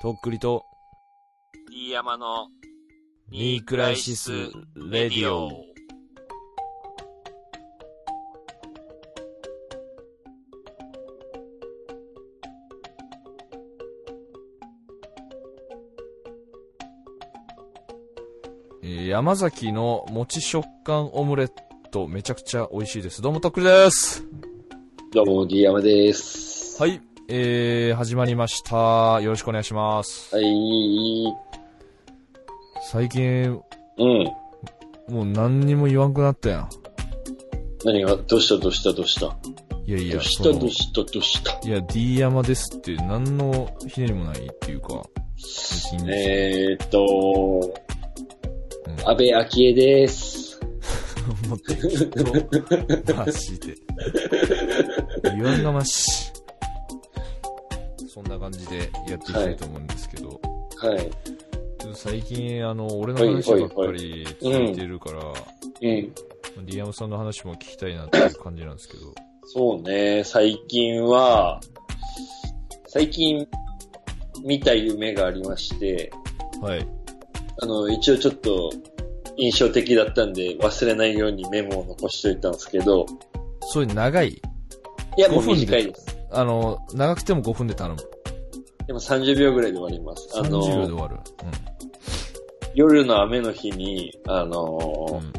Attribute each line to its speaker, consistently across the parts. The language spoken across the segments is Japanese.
Speaker 1: とっくりと、
Speaker 2: 飯山の
Speaker 1: ニークライシス・レディオ。えー山崎の餅食感オムレット、めちゃくちゃ美味しいです。どうもとっくりです。
Speaker 3: どうも、D 山です。
Speaker 1: はい、えー、始まりました。よろしくお願いします。
Speaker 3: はい。
Speaker 1: 最近、
Speaker 3: うん。
Speaker 1: もう何にも言わんくなったやん。
Speaker 3: 何が、どうしたどうしたどうした
Speaker 1: いやい
Speaker 3: ど
Speaker 1: や、
Speaker 3: うし
Speaker 1: そ
Speaker 3: た
Speaker 1: の
Speaker 3: どうしたどうした
Speaker 1: いや、D 山ですって、何のひねりもないっていうか、別に
Speaker 3: えーっと
Speaker 1: うん、
Speaker 3: 安倍昭恵です。
Speaker 1: 思ってきっと、マジ で。言わんがまし。そんな感じでやっていきたいと思うんですけど、
Speaker 3: はい。
Speaker 1: ちょっと最近、あの、俺の話ばっかり続いてるから、
Speaker 3: うん。
Speaker 1: D 山さんの話も聞きたいなっていう感じなんですけど、
Speaker 3: そうね、最近は、最近、見た夢がありまして、
Speaker 1: はい。
Speaker 3: あの、一応ちょっと、印象的だったんで、忘れないようにメモを残しといたんですけど、
Speaker 1: それ長い
Speaker 3: いや、もう
Speaker 1: 5分で
Speaker 3: 短いです。
Speaker 1: あの、長くても5分で頼む。
Speaker 3: でも30秒ぐらいで終わります。あ
Speaker 1: 30
Speaker 3: の、
Speaker 1: 秒で終わる。
Speaker 3: 夜の雨の日に、あの
Speaker 1: う
Speaker 3: ー
Speaker 1: ん。うん。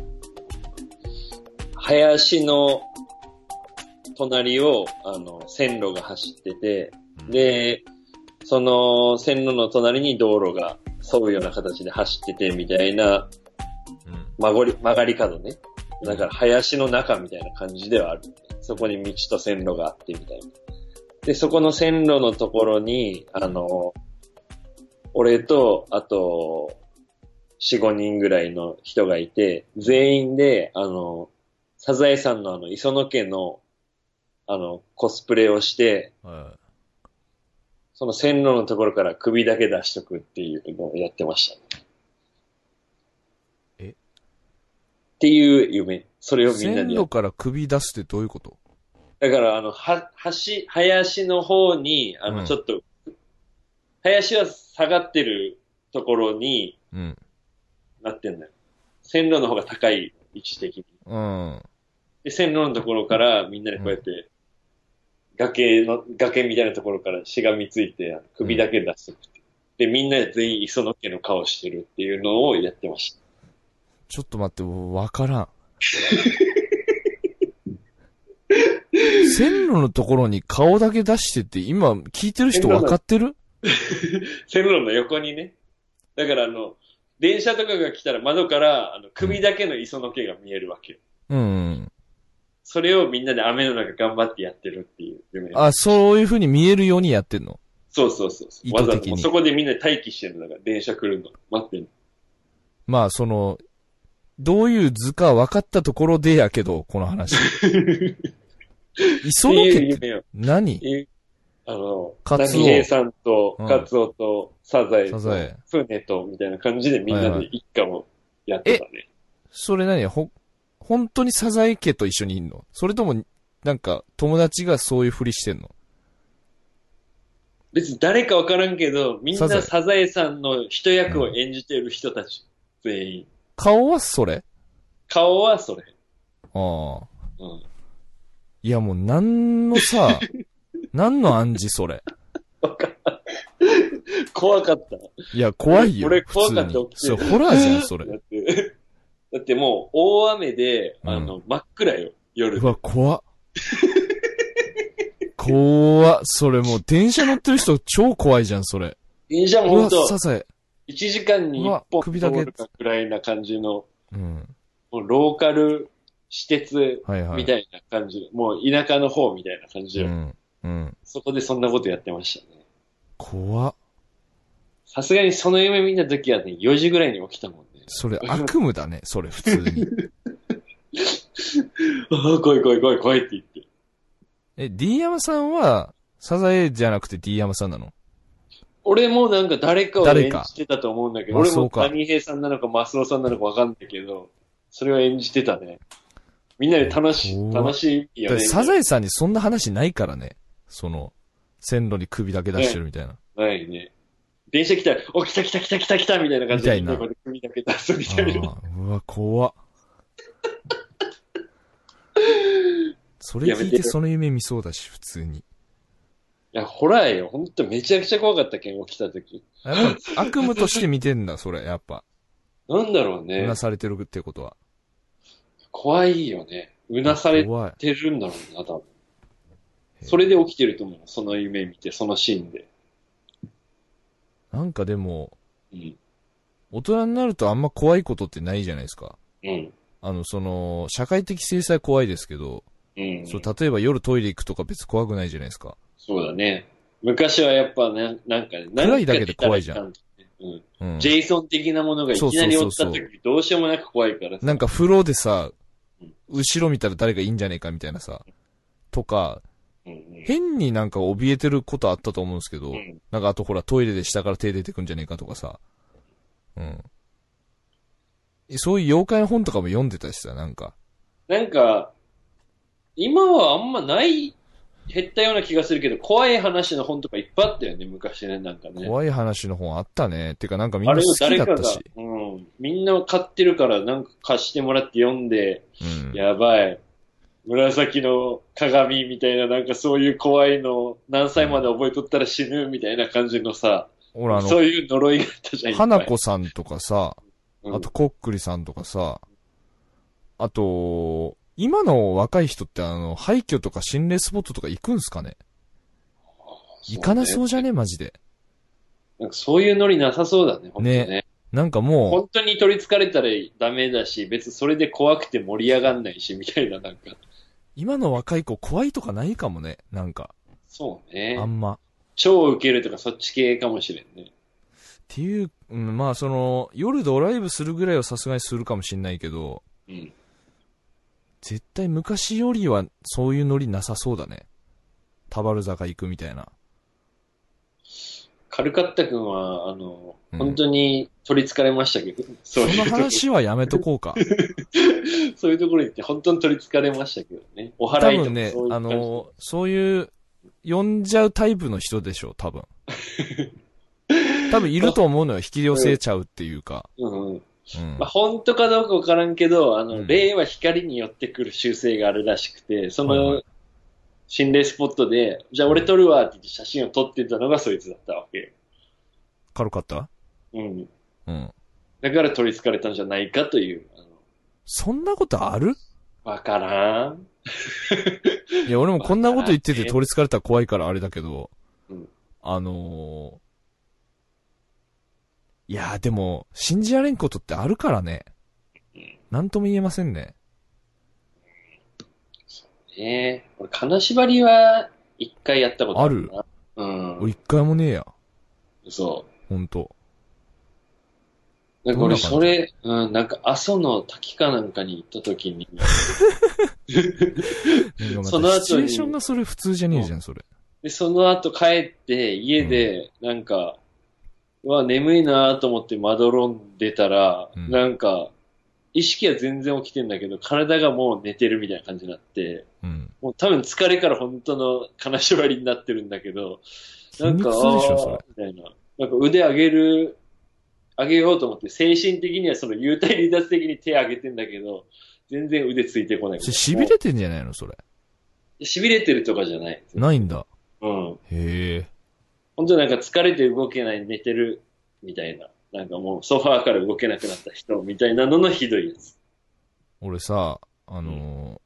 Speaker 3: 林の隣を、あの、線路が走ってて、で、その線路の隣に道路が沿うような形で走ってて、みたいな
Speaker 1: うん。
Speaker 3: 曲がり、曲がり角ね。だから林の中みたいな感じではある。そこに道と線路があってみたいな。で、そこの線路のところに、あの、俺と、あと、4、5人ぐらいの人がいて、全員で、あの、サザエさんのあの、磯野家の、あの、コスプレをして、
Speaker 1: は
Speaker 3: その線路のところから首だけ出しとくっていうのをやってました。
Speaker 1: え
Speaker 3: っていう夢。それ
Speaker 1: い。
Speaker 3: をみんな
Speaker 1: 線
Speaker 3: にや
Speaker 1: 路から首出すってどういうこと
Speaker 3: だから、あの、は、橋、林の方に、あ
Speaker 1: う
Speaker 3: の、
Speaker 1: ん
Speaker 3: ちょっと、林は下がってるところに
Speaker 1: うん。
Speaker 3: なってんだよ。線路の方が高い位置的に。
Speaker 1: うん。
Speaker 3: で、線路のところからみんなでこうやって、崖の、崖みたいなところからしがみついて、あの首だけ出してくってで、みんなで全員磯野家の顔してるっていうのをやってました。
Speaker 1: ちょっと待って、わからん。 線路のところに顔だけ出してって、今聞いてる人わかってる
Speaker 3: 線路の横にね。だからあの、電車とかが来たら窓から、あの、首だけの磯野家が見えるわけよ。
Speaker 1: うんうん。
Speaker 3: それをみんなで雨の中頑張ってやってるっていう夢。
Speaker 1: あ、そういう風に見えるようにやってんの
Speaker 3: そうそうそうそう。
Speaker 1: 意図
Speaker 3: わ
Speaker 1: 的に
Speaker 3: ざわざもうそこでみんな待機してるんだから、電車来るの。待ってる。
Speaker 1: まあ、その、どういう図か分かったところでやけど、この 話。磯
Speaker 3: って
Speaker 1: 野家
Speaker 3: いう
Speaker 1: って
Speaker 3: 夢を。
Speaker 1: 何
Speaker 3: いうあの、
Speaker 1: カツオ
Speaker 3: 波平さんと、
Speaker 1: うん
Speaker 3: カツオと、サザエ
Speaker 1: サ
Speaker 3: と、
Speaker 1: ザエ
Speaker 3: 船と、みたいな感じでみんな
Speaker 1: はいは
Speaker 3: で一家もやってたね。
Speaker 1: それ何ほ、本当にサザエ家と一緒にいんのそれとも、なんか、友達がそういうふりしてんの
Speaker 3: 別に誰かわからんけど、みん
Speaker 1: サザエ
Speaker 3: なサザエさんの一役を演じている人たち、全員。
Speaker 1: 顔はそれ
Speaker 3: 顔はそれ。
Speaker 1: ああ。
Speaker 3: うん。
Speaker 1: いやもう何の さ、何の暗示それ。
Speaker 3: 怖かった。
Speaker 1: いや、怖いよ。
Speaker 3: 俺
Speaker 1: 普
Speaker 3: 怖
Speaker 1: 通
Speaker 3: かった
Speaker 1: に。
Speaker 3: 起きて
Speaker 1: そう、ホラーじゃん、それ。
Speaker 3: だって、だってもう大雨で、
Speaker 1: うん
Speaker 3: あの、真っ暗よ、夜
Speaker 1: う。わ、怖っ。怖っ。それもう電車乗ってる人超怖いじゃん、それ。
Speaker 3: 電車も
Speaker 1: う
Speaker 3: ほん
Speaker 1: わ、
Speaker 3: と、
Speaker 1: サザエ。
Speaker 3: 1時間に
Speaker 1: う
Speaker 3: 1
Speaker 1: わ
Speaker 3: 本
Speaker 1: 首だけ
Speaker 3: 通るかくらいな感じの、
Speaker 1: うん。
Speaker 3: もうローカル、私鉄
Speaker 1: はいはい。
Speaker 3: みたいな感じ、もう田舎の方みたいな感じよ、
Speaker 1: うん。うん。
Speaker 3: そこでそんなことやってましたね。
Speaker 1: 怖っ。
Speaker 3: さすがにその夢見た時はね、4時ぐらいに起きたもんね。
Speaker 1: それ悪夢だね、それ、普通 に。
Speaker 3: ああ、来い来い来い来いって言って。
Speaker 1: え、D 山さんは、サザエじゃなくて D 山さんなの
Speaker 3: 俺もなんか誰かを
Speaker 1: 誰
Speaker 3: 演
Speaker 1: か
Speaker 3: じてたと思うんだけど、
Speaker 1: マ
Speaker 3: 俺
Speaker 1: スオ
Speaker 3: も
Speaker 1: か
Speaker 3: 谷平さんなのかマスオさんなのかわかんないけど、それを演じてたね。みんなで楽し
Speaker 1: う
Speaker 3: い、
Speaker 1: わ
Speaker 3: 楽しい
Speaker 1: だ
Speaker 3: よ
Speaker 1: っ
Speaker 3: ね。
Speaker 1: てサザエさんにそんな話ないからね。その、線路に首だけ出してるみたいな。
Speaker 3: ないね。電車来たら、お、来た来た来た来た来たみたいな感じで、
Speaker 1: みたいな
Speaker 3: こで組み立て出すみたいな。
Speaker 1: あーうわ、 怖っ。それ
Speaker 3: やめ
Speaker 1: 聞い
Speaker 3: て
Speaker 1: て
Speaker 3: よ
Speaker 1: その夢見そうだし、普通に。
Speaker 3: いや、ホラーよ。ほんとめちゃくちゃ怖かったけん、起きた時。
Speaker 1: やっぱ悪夢として見てんだ、それ、やっぱ。
Speaker 3: なんだろう
Speaker 1: う
Speaker 3: ね
Speaker 1: な。されてるってことは。
Speaker 3: 怖いよね。うなされ
Speaker 1: 怖い。
Speaker 3: てるんだろうな、多分。それで起きてると思う。その夢見て、そのシーンで。
Speaker 1: なんかでも、
Speaker 3: うん。
Speaker 1: 大人になるとあんま怖いことってないじゃないですか。
Speaker 3: うん。
Speaker 1: あの、その、社会的制裁怖いですけど、
Speaker 3: うん。
Speaker 1: そう、例えば夜トイレ行くとか別に怖くないじゃないですか。
Speaker 3: そうだね。昔はやっぱな、なんかね、
Speaker 1: 暗いだけで怖いじゃん
Speaker 3: なんか出たらいかんってね。
Speaker 1: う
Speaker 3: うん。
Speaker 1: ん
Speaker 3: ジ。ェイソン的なものがいきなりおっ
Speaker 1: そ
Speaker 3: た
Speaker 1: うそうそう
Speaker 3: 時、どうしようもなく怖いからさ。
Speaker 1: なんか風呂でさ
Speaker 3: うん、
Speaker 1: 後ろ見たら誰かいいんじゃねえかみたいなさ、とか、
Speaker 3: うんうん。
Speaker 1: 変になんか怯えてることあったと思うんですけど、
Speaker 3: うん
Speaker 1: なんかあとほらトイレで下から手出てくんじゃねえかとかさ、うん。そういう妖怪の本とかも読んでたしさ、なんか。
Speaker 3: なんか、今はあんまない、減ったような気がするけど、怖い話の本とかいっぱいあったよね、昔ね、なんかね。
Speaker 1: 怖い話の本あったね。てかなんかみん
Speaker 3: あ
Speaker 1: な
Speaker 3: れを
Speaker 1: 好き
Speaker 3: 誰
Speaker 1: だっ
Speaker 3: か
Speaker 1: た
Speaker 3: が
Speaker 1: し。、
Speaker 3: うん。みんな買ってるから、なんか貸してもらって読んで、
Speaker 1: うん。
Speaker 3: やばい。紫の鏡みたいな、なんかそういう怖いの、何歳まで覚えとったら死ぬみたいな感じのさ、
Speaker 1: ほらあ
Speaker 3: そ
Speaker 1: の、
Speaker 3: ういう呪いがあったじゃん。いっぱい
Speaker 1: 花子さんとかさ、
Speaker 3: うん
Speaker 1: あとこっくりさんとかさ、あと、今の若い人ってあの、廃墟とか心霊スポットとか行くんすかね行かな
Speaker 3: う
Speaker 1: そうじゃねマジで。
Speaker 3: ね。なんかそういうノリなさそうだね、本当ね。
Speaker 1: なんかもう、
Speaker 3: 本当に取り憑かれたらダメだし、別にそれで怖くて盛り上がんないし、みたいな、なんか。
Speaker 1: 今の若い子怖いとかないかもね。なんか、
Speaker 3: そう
Speaker 1: あ
Speaker 3: ね。
Speaker 1: んま。
Speaker 3: 超受けるとかそっち系かもしれんね。
Speaker 1: っていう、うん、まあその、夜ドライブするぐらいはさすがにするかもしんないけど、
Speaker 3: うん。
Speaker 1: 絶対昔よりはそういうノリなさそうだね。タバル坂行くみたいな。
Speaker 3: カルカッタ君は、あの、
Speaker 1: うん
Speaker 3: 本当に取り憑かれましたけど、そ
Speaker 1: そう
Speaker 3: いう
Speaker 1: の
Speaker 3: ところ
Speaker 1: 話はやめとこう か。
Speaker 3: そういうところに行って本当に取り憑かれましたけどね。お
Speaker 1: 多
Speaker 3: 払いとか
Speaker 1: 分ね
Speaker 3: そうい、う
Speaker 1: あ
Speaker 3: 感じ
Speaker 1: の、そういう、呼んじゃうタイプの人でしょう、 多分。多分いると思うのよ、引き寄せちゃうっていうか。
Speaker 3: うんうん。
Speaker 1: うん
Speaker 3: まあ、。本当かどうかわからんけど、あ
Speaker 1: う
Speaker 3: の、
Speaker 1: ん
Speaker 3: 霊は光によってくる習性があるらしくて、そ
Speaker 1: はいは
Speaker 3: の、心霊スポットで、じゃあ俺撮るわって言って写真を撮ってたのがそいつだったわけよ。
Speaker 1: 軽かった
Speaker 3: うん。
Speaker 1: うん。
Speaker 3: だから取り憑かれたんじゃないかという、あの、
Speaker 1: そんなことある
Speaker 3: わからん。
Speaker 1: いや、俺もこんなこと言ってて取り憑かれたら怖いからあれだけど、
Speaker 3: うん
Speaker 1: あのー、いやーでも、信じられんことってあるからね。なんとも言えませんね。
Speaker 3: ねえ。俺、金縛りは、一回やったことなう
Speaker 1: 俺
Speaker 3: ん。
Speaker 1: 一回もねえや。
Speaker 3: そ
Speaker 1: ほん と。
Speaker 3: う。なんか
Speaker 1: どんな
Speaker 3: 俺、
Speaker 1: 感じ
Speaker 3: それ、うん、なんか、阿蘇の滝かなんかに行った時に、
Speaker 1: なんか
Speaker 3: その
Speaker 1: ま
Speaker 3: 後
Speaker 1: たシチュ
Speaker 3: に
Speaker 1: エーションがそれ普通じゃねえじゃん、それ。
Speaker 3: で、その後帰って、家で、なんか、うわ、眠いなと思ってまどろんでたら、
Speaker 1: うん
Speaker 3: なんか、意識は全然起きてんだけど、体がもう寝てるみたいな感じになって、
Speaker 1: うん。
Speaker 3: もう多分疲れから本当の金縛りになってるんだけど、
Speaker 1: 筋
Speaker 3: なん
Speaker 1: 肉
Speaker 3: か、
Speaker 1: 痛でしょ、それ
Speaker 3: あ。ーみたいな。なんか腕上げる、上げようと思って、精神的にはその幽体離脱的に手上げてんだけど、全然腕ついてこない。
Speaker 1: それ痺れてんじゃないの、それ。
Speaker 3: 痺れてるとかじゃない。
Speaker 1: ないんだ。
Speaker 3: うん。
Speaker 1: へえ。
Speaker 3: 本当なんか疲れて動けない、寝てる、みたいな。なんかもうソファーから動けなくなった人、みたいなののひどいやつ。
Speaker 1: 俺さ、あの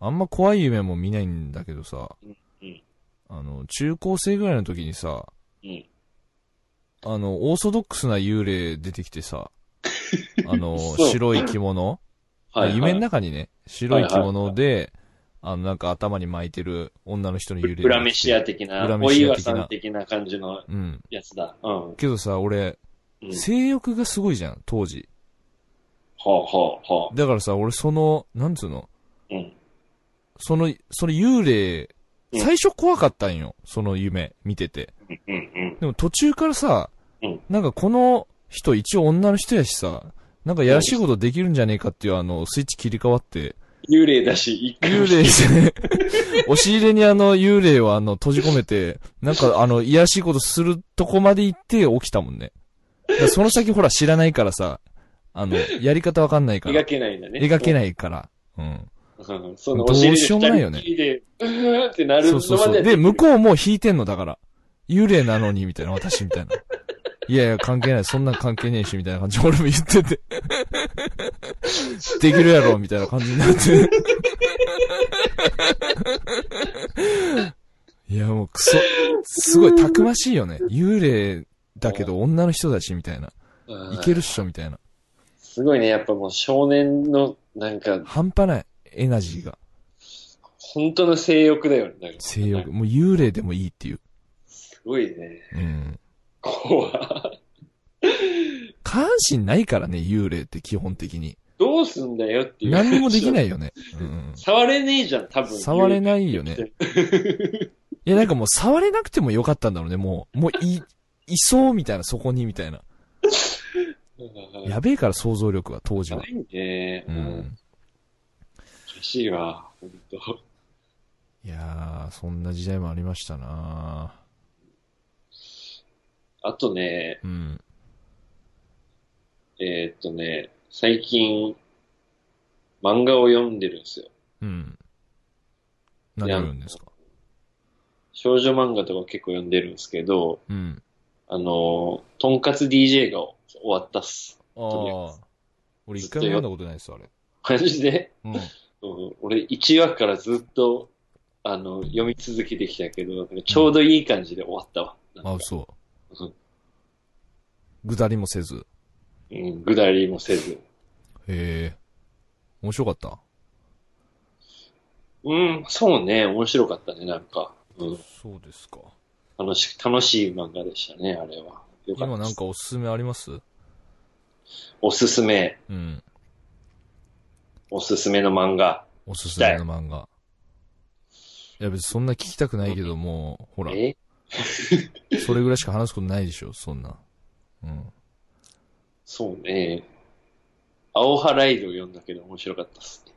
Speaker 1: ー、あんま怖い夢も見ないんだけどさ
Speaker 3: うんうん、
Speaker 1: あの、中高生ぐらいの時にさ、
Speaker 3: うん。
Speaker 1: あの、オーソドックスな幽霊出てきて さ、あの、
Speaker 3: そう
Speaker 1: 白い着物、
Speaker 3: はい、はい。
Speaker 1: 夢の中にね、白い着物で、あの、なんか頭に巻いてる女の人の幽霊出てきて
Speaker 3: 裏飯屋的な、
Speaker 1: 裏
Speaker 3: お
Speaker 1: 飯屋
Speaker 3: 岩
Speaker 1: 的
Speaker 3: さ
Speaker 1: なん
Speaker 3: 的な感じの
Speaker 1: うん。
Speaker 3: やつだ。うん。うん。
Speaker 1: けどさ、俺、性欲がすごいじゃん、当時。
Speaker 3: ほうほうほ
Speaker 1: だからさ、俺その、なんつうの、
Speaker 3: う。うん。
Speaker 1: その、その幽霊、
Speaker 3: うん
Speaker 1: 最初怖かったんよ、その夢、見てて。
Speaker 3: うんうん。
Speaker 1: でも途中からさ
Speaker 3: うん、
Speaker 1: なんかこの人一応女の人やしさ、なんかやらしいことできるんじゃねえかっていうあの、スイッチ切り替わって、
Speaker 3: 幽霊だし、一回
Speaker 1: 幽霊です ね。押し入れにあの幽霊をあの閉じ込めて、なんかあの、癒やしいことするとこまで行って起きたもんね。だからその先ほら知らないからさ、あの、やり方わかんないから
Speaker 3: 描。けないんだね。
Speaker 1: 描け
Speaker 3: い。
Speaker 1: ないから。うん。
Speaker 3: うん、その、お尻で
Speaker 1: どうしようもないよ
Speaker 3: 二人
Speaker 1: ね
Speaker 3: きりで、うーってなる
Speaker 1: そ
Speaker 3: の
Speaker 1: うそうそ
Speaker 3: ま
Speaker 1: う。
Speaker 3: で。
Speaker 1: で、向こうも引いてんの、だから。幽霊なのに、みたいな、私みたいな。 いやいや、関係ない。そんなん関係ねえし、みたいな感じ。俺も言って て。できるやろ、みたいな感じになって。 いや、もう、くそ、すごい、たくましいよね。幽霊だけど、女の人だし、みたいな。
Speaker 3: うん
Speaker 1: いけるっしょ、みたいな。
Speaker 3: すごいね、やっぱもう少年の、なんか、
Speaker 1: 半端ない。エナジーが。
Speaker 3: 本当の性欲だよね。なんか
Speaker 1: 性欲。。もう幽霊でもいいっていう。
Speaker 3: すごいね。
Speaker 1: うん。
Speaker 3: 怖い
Speaker 1: 下半身ないからね、幽霊って基本的に。
Speaker 3: どうすんだよっていう。。
Speaker 1: 何にもできないいよね。うん
Speaker 3: 触れねえじゃん、多
Speaker 1: うん、
Speaker 3: 分。
Speaker 1: 触れ
Speaker 3: ね
Speaker 1: ないよね。いや、なんかもう触れなくてもよかったんだろうね、もう。もうい、いそうみたいな、そこにみたいな。
Speaker 3: え。や
Speaker 1: やべえから想像力は、当時
Speaker 3: ば
Speaker 1: は。
Speaker 3: いね。
Speaker 1: う
Speaker 3: うん。
Speaker 1: ん。
Speaker 3: おかしいわ、本当。
Speaker 1: いやー、そんな時代もありましたな
Speaker 3: あとね、
Speaker 1: ーうん。
Speaker 3: えーっとね、最近、漫画を読んでるんですよ。
Speaker 1: うん。何を言うんですか
Speaker 3: 少女漫画とか結構読んでるんですけど、
Speaker 1: うん。
Speaker 3: あの、とんかつ DJ が終わったっす。
Speaker 1: ああ。俺一回も読んだことないですよ、あれ。
Speaker 3: 感じで、
Speaker 1: うん。
Speaker 3: うん俺1話からずっと、あの、読み続けてきたけど、ちょうどいい感じで終わったわ。
Speaker 1: あ
Speaker 3: なん
Speaker 1: あ、
Speaker 3: か。
Speaker 1: そううんぐだりもせず。
Speaker 3: うん、ぐだりもせず。
Speaker 1: へえ。面白かった。
Speaker 3: うん、そうね、面白かったね、なんか。うん、
Speaker 1: そうですか。
Speaker 3: 楽し、楽しい漫画でしたね、あれは。よか
Speaker 1: 今
Speaker 3: ったで
Speaker 1: な
Speaker 3: す
Speaker 1: んかおすすめあります
Speaker 3: おすすめ、
Speaker 1: うん。
Speaker 3: おすすめの漫画。
Speaker 1: おすすめの漫画。いや別にそんな聞きたくないけど、もう、ほら、
Speaker 3: え
Speaker 1: それぐらいしか話すことないでしょ、そんな。うん。
Speaker 3: そうね。青葉ライドを読んだけど面白かったっすね。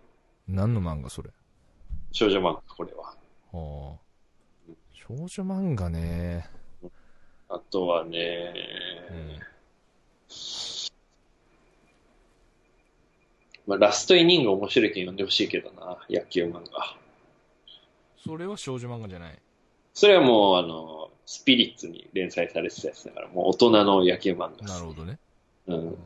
Speaker 1: 何の漫画、それ。
Speaker 3: 少女漫画、これは。
Speaker 1: はあ。少女漫画ね。
Speaker 3: あとはね、
Speaker 1: うん。
Speaker 3: まあ、ラストイニング面白いけど読んでほしいけどな、野球漫画。
Speaker 1: それは少女漫画じゃない。
Speaker 3: それはもう、あの、スピリッツに連載されてたやつだから、もう大人の野球漫画っ
Speaker 1: な
Speaker 3: す
Speaker 1: るほどね。
Speaker 3: う
Speaker 1: うん
Speaker 3: ん。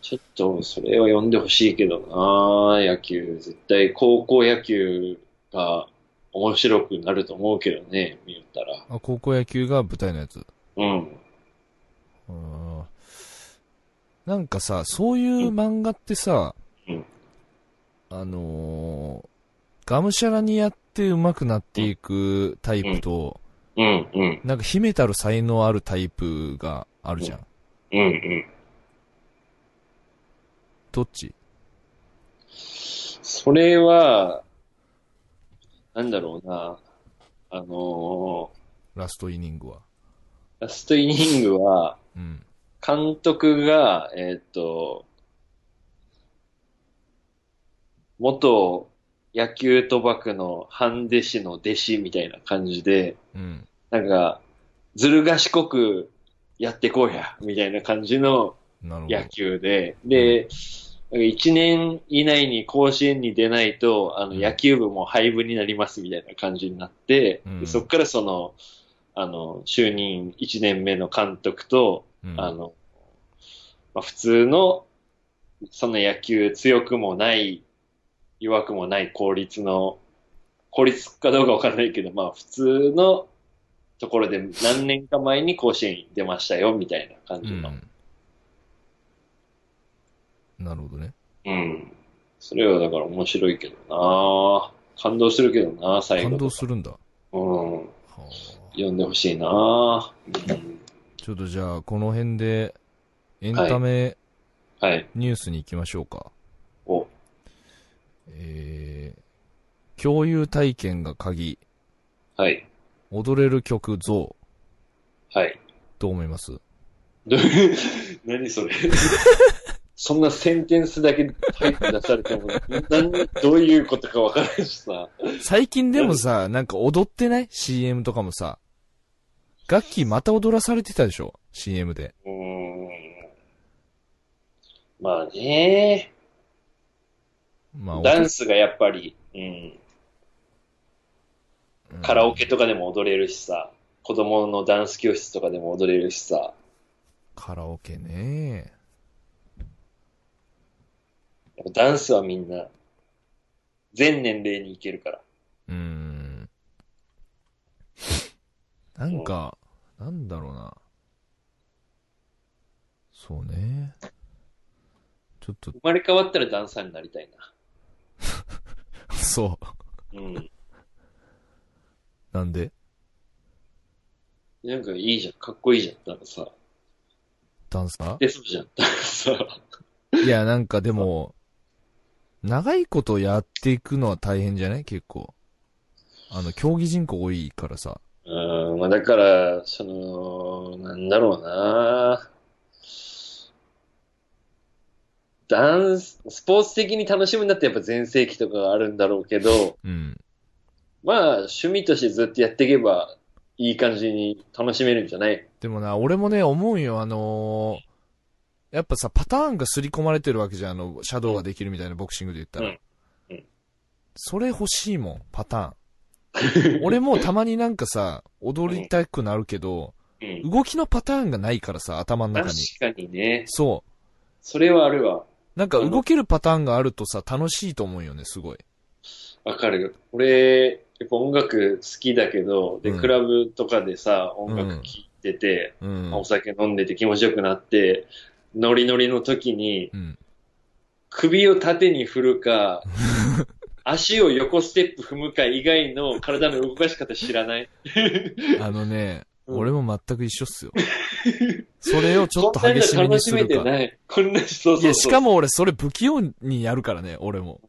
Speaker 3: ちょっと、それは読んでほしいけどな、野球。絶対、高校野球が面白くなると思うけどね、見よったら。
Speaker 1: あ、高校野球が舞台のやつ。
Speaker 3: うん。
Speaker 1: うんなんかさ、そういう漫画ってさ、
Speaker 3: うん
Speaker 1: あのー、がむしゃらにやって上手くなっていくタイプと、
Speaker 3: うん、うん、
Speaker 1: なんか秘めたる才能あるタイプがあるじゃん。
Speaker 3: うん、うん。
Speaker 1: どっち
Speaker 3: それは、なんだろうな、あの
Speaker 1: ラストイニングは。
Speaker 3: ーラストイニングは、
Speaker 1: うん。
Speaker 3: 監督が、えーっと、元野球賭博の半弟子の弟子みたいな感じで、
Speaker 1: うん。
Speaker 3: なんか、ずる賢くやってこうや、みたいな感じの
Speaker 1: なるほど。
Speaker 3: 野球で、で、1年以内に甲子園に出ないと、あの、
Speaker 1: うん
Speaker 3: 野球部も廃部になりますみたいな感じになって、
Speaker 1: うん
Speaker 3: でそこからその、あの、就任1年目の監督と、
Speaker 1: うん
Speaker 3: あの、まあ、普通の、その野球強くもない、弱くもない効率の、効率かどうかわからないけど、まあ普通のところで何年か前に甲子園に出ましたよ、みたいな感
Speaker 1: う
Speaker 3: じの。
Speaker 1: ん。なるほどね。
Speaker 3: うん。それはだから面白いけどな感動するけどな最後。
Speaker 1: 感動するんだ。は
Speaker 3: うん。
Speaker 1: あ
Speaker 3: 読んでほしいなうん。
Speaker 1: ちょっとじゃあ、この辺で、エンタメ
Speaker 3: はい。
Speaker 1: ニュースに行きましょうか。
Speaker 3: お、
Speaker 1: えー共有体験が鍵、
Speaker 3: はい。
Speaker 1: 踊れる曲増、
Speaker 3: はい。
Speaker 1: どう思います
Speaker 3: どういう何それそんなセンテンスだけ書いて出されても、何、どういうことかわからないしさ。
Speaker 1: 最近でもさ、なんか踊ってない ?CM とかもさ。楽器また踊らされてたでしょ ?CM で。
Speaker 3: うーん。まあね、
Speaker 1: まあ、
Speaker 3: ダンスがやっぱり、うん、
Speaker 1: うん
Speaker 3: カラオケとかでも踊れるしさ、子供のダンス教室とかでも踊れるしさ、
Speaker 1: カラオケね。
Speaker 3: やっぱダンスはみんな、全年齢に行けるから。
Speaker 1: うーん。なんか、なんだろうな。そうね。ちょっと、
Speaker 3: 生まれ変わったらダンサーになりたい
Speaker 1: そ
Speaker 3: な。うん。
Speaker 1: う。なんで
Speaker 3: なんかいいじゃん、かっこいいじゃん、なんかさ。
Speaker 1: ダンサ
Speaker 3: で、そうじゃん、 なんかさ。
Speaker 1: ーいや、なんかでも、長いことやっていくのは大変じゃない結構。あの、競技人口多いからさ。
Speaker 3: うん、まあだから、その、なんだろうなダンス、スポーツ的に楽しむんだってやっぱ全盛期とかがあるんだろうけ ど、
Speaker 1: うん。
Speaker 3: まあ趣味としてずっとやっていけばいい感じに楽しめるんじゃない
Speaker 1: でもな、俺もね、思うよ、あのーやっぱさ、パターンが刷り込まれてるわけじゃん、あの、シャドウができるみたいなボクシングで言ったら。
Speaker 3: うんうん
Speaker 1: それ欲しいもん、パターン。 俺もたまになんかさ、踊りたくなるけど、
Speaker 3: うん。
Speaker 1: 動きのパターンがないからさ、頭の
Speaker 3: 確
Speaker 1: 中に。
Speaker 3: かにね。
Speaker 1: そ
Speaker 3: それはあるわ。
Speaker 1: う。なんか動けるパターンがあるとさ、楽しいと思うよね、すごい。
Speaker 3: わかるよ。俺、やっぱ音楽好きだけど、で、
Speaker 1: うん
Speaker 3: クラブとかでさ、音楽聴いてて、
Speaker 1: うん
Speaker 3: まあ。お酒飲んでて気持ちよくなって、ノリノリの時に、
Speaker 1: うん。
Speaker 3: 首を縦に振 るか、足を横ステップ踏むか以外の体の動かし方知らない。
Speaker 1: あのね、
Speaker 3: うん
Speaker 1: 俺も全く一緒っ すよ。それをちょっと
Speaker 3: こんな
Speaker 1: 激しめに
Speaker 3: の楽
Speaker 1: す
Speaker 3: し
Speaker 1: る
Speaker 3: め
Speaker 1: か
Speaker 3: て。ない。こんなそうそう
Speaker 1: い
Speaker 3: そう。
Speaker 1: や、しかも俺、それ不器用にやるからね、俺も。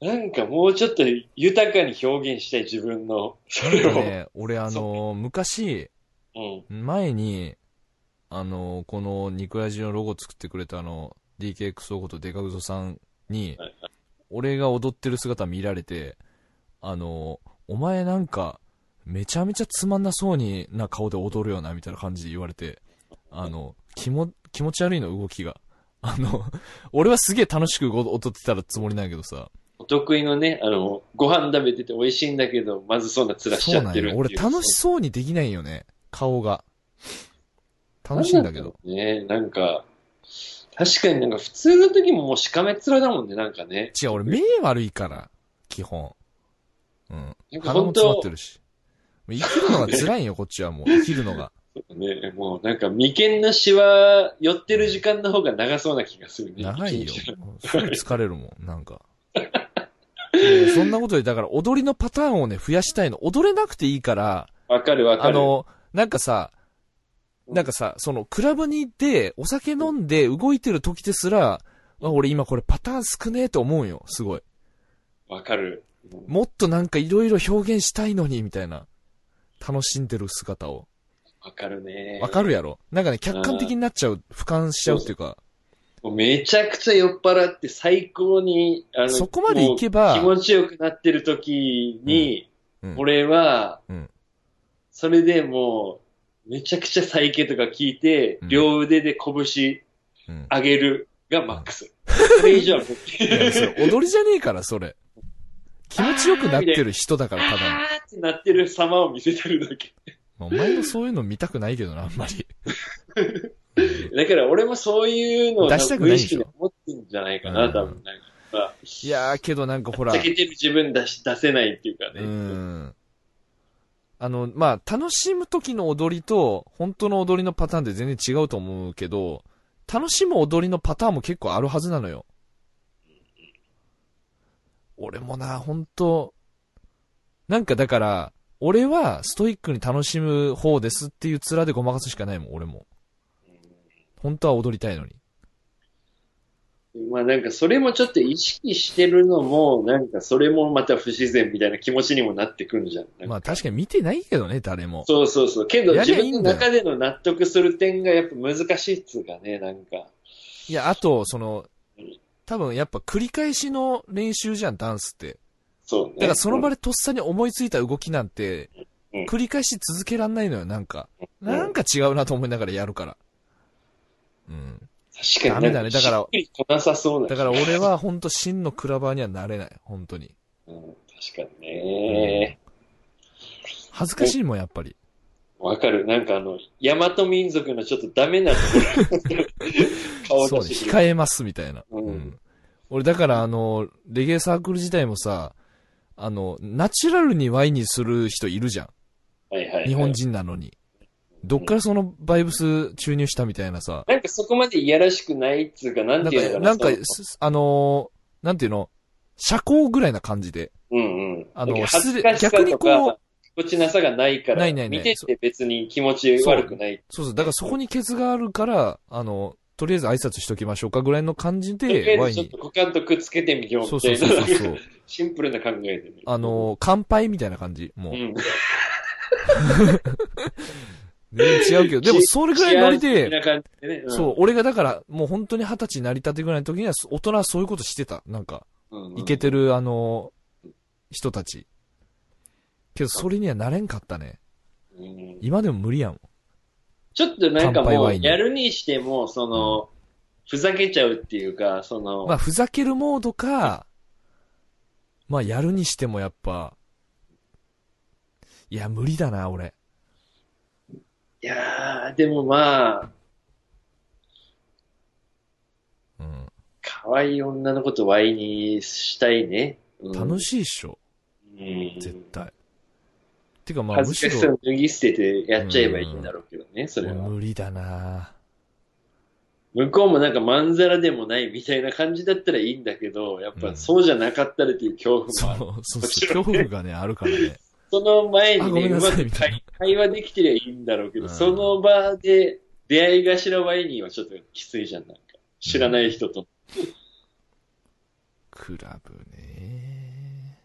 Speaker 3: なんかもうちょっと豊かに表現したい自分の、 それを。
Speaker 1: ね、俺あのー、昔、
Speaker 3: うん。
Speaker 1: 前に、あのー、このニクラジのロゴ作ってくれたあの、DKXO ことデカグゾさんに
Speaker 3: は、
Speaker 1: 俺が踊ってる姿見られて、あのー、お前なんか、めちゃめちゃつまんなそうにな顔で踊るよな、みたいな感じで言われて、あの、気も、気持ち悪いの、動きが。あの、 俺はすげえ楽しく踊ってたつもりなんやけどさ、
Speaker 3: お得意のね、あの、ご飯食べてて美味しいんだけど、まずそうな面しち
Speaker 1: そう
Speaker 3: ゃっ
Speaker 1: なん
Speaker 3: てるっ
Speaker 1: よ。
Speaker 3: てい
Speaker 1: 俺
Speaker 3: う。
Speaker 1: 楽しそうにできないよね。顔が。楽しいんだけど。。
Speaker 3: ねなんか、確かになんか普通の時ももうしかめっ面だもんね、なんかね。
Speaker 1: 違う、俺目悪いから。基本。うん。
Speaker 3: なんか
Speaker 1: 鼻も
Speaker 3: 本
Speaker 1: 詰まっ
Speaker 3: 当
Speaker 1: て、るし。もう生きるのが辛いんよ、こっちはもう。生きるの が。
Speaker 3: ね、もうなんか眉間のシワ寄ってる時間の方が長そうな気がするね。
Speaker 1: 長いよ
Speaker 3: 一日。
Speaker 1: すぐ疲れるもん、なんか。いやそんなことで、だから踊りのパターンをね、増やしたいの。踊れなくていいから、
Speaker 3: わかるわか
Speaker 1: あ
Speaker 3: る。
Speaker 1: の、なんかさ、なんかさ、その、クラブに行って、お酒飲んで動いてる時ですら、あ俺今これパターン少ねえと思うよ、すごい。
Speaker 3: わかる。
Speaker 1: もっとなんかいろいろ表現したいのに、みたいな。楽しんでる姿を。
Speaker 3: わかるね。
Speaker 1: わかるやろなんかね、客観的になっちゃう、俯瞰しちゃうっていうか、
Speaker 3: もうめちゃくちゃ酔っ払って最高に、あの、
Speaker 1: そこまでいけば
Speaker 3: もう気持ちよくなってる時に、
Speaker 1: うんうん
Speaker 3: 俺は、
Speaker 1: うん
Speaker 3: それでもう、めちゃくちゃ再起とか聞いて、
Speaker 1: うん
Speaker 3: 両腕で拳
Speaker 1: うん。
Speaker 3: 上げるがマックス。それ以上はもう
Speaker 1: いや、それ踊りじゃねえから、それ。気持ちよくなってる人だから、ただの。
Speaker 3: あーってなってる様を見せてるだけ。
Speaker 1: まあお前もそういうの見たくないけどな、あんま り。
Speaker 3: だから俺もそういうのを
Speaker 1: 出したくないで
Speaker 3: 無意
Speaker 1: し
Speaker 3: 識
Speaker 1: ょ
Speaker 3: で思ってんじゃないかな、
Speaker 1: うん
Speaker 3: 多分。なんかまあ
Speaker 1: いやー、けどなんかほら。
Speaker 3: 避けてる自分出し、出せないっていうか
Speaker 1: う
Speaker 3: ね。
Speaker 1: ん。あの、まあ、楽しむ時の踊りと、本当の踊りのパターンって全然違うと思うけど、楽しむ踊りのパターンも結構あるはずなのよ。俺もな、本当なんかだから、俺はストイックに楽しむ方ですっていう面でごまかすしかないもん、俺も。本当は踊りたいのに。
Speaker 3: まあなんかそれもちょっと意識してるのも、なんかそれもまた不自然みたいな気持ちにもなってくるじゃん。なんか
Speaker 1: まあ確かに見てないけどね、誰も。
Speaker 3: そうそうそう。けど
Speaker 1: やり
Speaker 3: 自
Speaker 1: ゃいい
Speaker 3: 分
Speaker 1: んだ
Speaker 3: の
Speaker 1: よ
Speaker 3: 中での納得する点がやっぱ難しいっつうかね、なんか。
Speaker 1: いや、あと、その、多分やっぱ繰り返しの練習じゃん、ダンスって。
Speaker 3: そうね。
Speaker 1: だからその場
Speaker 3: で、
Speaker 1: でとっさに思いついた動きなんて
Speaker 3: うん、
Speaker 1: 繰り返し続けらんないのよ、なんか。
Speaker 3: うん
Speaker 1: なんか違うなと思いながらやるから。うん。
Speaker 3: 確かに。
Speaker 1: ダメだねだから
Speaker 3: しっくりこなさそうな。
Speaker 1: だから俺はほんと真のクラバーにはなれない、本当に。
Speaker 3: うん、確かにね。
Speaker 1: 恥ずかしいもん、やっぱり。
Speaker 3: わかる。なんかあの、大和民族のちょっとダメなと ころ
Speaker 1: そう
Speaker 3: 顔
Speaker 1: ね、
Speaker 3: 出してく
Speaker 1: 控
Speaker 3: る。
Speaker 1: えます、みたいな。
Speaker 3: うん
Speaker 1: 俺、だからあの、レゲエサークル自体もさ、あの、ナチュラルに Y にする人いるじゃん。
Speaker 3: はいはいはい
Speaker 1: 日本。人なのに。どっからそのバイブス注入したみたいなさ。
Speaker 3: なんかそこまでいやらしくないっつうか、なん
Speaker 1: なん
Speaker 3: ていう
Speaker 1: か、
Speaker 3: の
Speaker 1: なんか
Speaker 3: その、
Speaker 1: すあのーなんていうの、社交ぐらいな感じで。
Speaker 3: うんうん。
Speaker 1: あの
Speaker 3: なんか
Speaker 1: 失礼
Speaker 3: 恥ずかしさと
Speaker 1: 逆に
Speaker 3: か、
Speaker 1: こう
Speaker 3: こっちなさがないから、
Speaker 1: ないないない
Speaker 3: 見てて別に気持ち悪くない。
Speaker 1: そうそう。だからそこにケツがあるから、あの、とりあえず挨拶しときましょうかぐらいの感じ
Speaker 3: とり
Speaker 1: で、
Speaker 3: あえ
Speaker 1: Y
Speaker 3: ずちょっ
Speaker 1: に
Speaker 3: と。股間とくっつけてみよう
Speaker 1: そう
Speaker 3: み
Speaker 1: そ
Speaker 3: た
Speaker 1: う
Speaker 3: い
Speaker 1: そう
Speaker 3: な、
Speaker 1: そう。
Speaker 3: シンプルな考えでね。
Speaker 1: あのー、乾杯みたいな感じ。も
Speaker 3: う
Speaker 1: う。
Speaker 3: ん。
Speaker 1: 全然違うけど、でもそれぐらいノリ
Speaker 3: 幸
Speaker 1: で、
Speaker 3: せな感じでね。うん
Speaker 1: そう、俺がだから、もう本当に二十歳になりたてぐらいの時には、大人はそういうことしてた。なんか、
Speaker 3: うんうん
Speaker 1: いけてる、あのー、人たち。けど、それにはなれんかったね。
Speaker 3: うん
Speaker 1: 今でも無理やもん。
Speaker 3: ちょっとなんか
Speaker 1: 乾杯
Speaker 3: も
Speaker 1: ワ
Speaker 3: う、
Speaker 1: イン
Speaker 3: やるにしても、その、ふざけちゃうっていうか、その、
Speaker 1: まあ、ふざけるモードか、まあ、やるにしてもやっぱ、いや、無理だな、俺。
Speaker 3: いやー、でもまあ、
Speaker 1: うん。
Speaker 3: 可愛い女の子とワイにしたいね。うん、
Speaker 1: 楽しいっしょ、
Speaker 3: い
Speaker 1: 絶対。てか、まあ、
Speaker 3: 恥
Speaker 1: む
Speaker 3: ず
Speaker 1: し
Speaker 3: かしさ
Speaker 1: ろ
Speaker 3: を、脱ぎ捨ててやっちゃえばいいんだろうけどね、それは。
Speaker 1: 無理だな。
Speaker 3: 向こうもなんかまんざらでもないみたいな感じだったらいいんだけど、やっ
Speaker 1: う
Speaker 3: ぱ
Speaker 1: ん
Speaker 3: そうじゃなかったらっていう恐怖
Speaker 1: そ
Speaker 3: もあ
Speaker 1: う
Speaker 3: る。、
Speaker 1: そう、
Speaker 3: もち
Speaker 1: 恐
Speaker 3: ろんね
Speaker 1: 怖がね、あるから ね。
Speaker 3: その前
Speaker 1: あ、
Speaker 3: に
Speaker 1: ごめ
Speaker 3: ね、
Speaker 1: ん
Speaker 3: う
Speaker 1: な
Speaker 3: ま
Speaker 1: さい、
Speaker 3: く
Speaker 1: みたいな
Speaker 3: 会。会話できてりゃいいんだろうけ
Speaker 1: う
Speaker 3: ど、
Speaker 1: ん
Speaker 3: その場で出会い頭ワイニーはちょっときついじゃん、なんか。知らない人と。
Speaker 1: クラブね。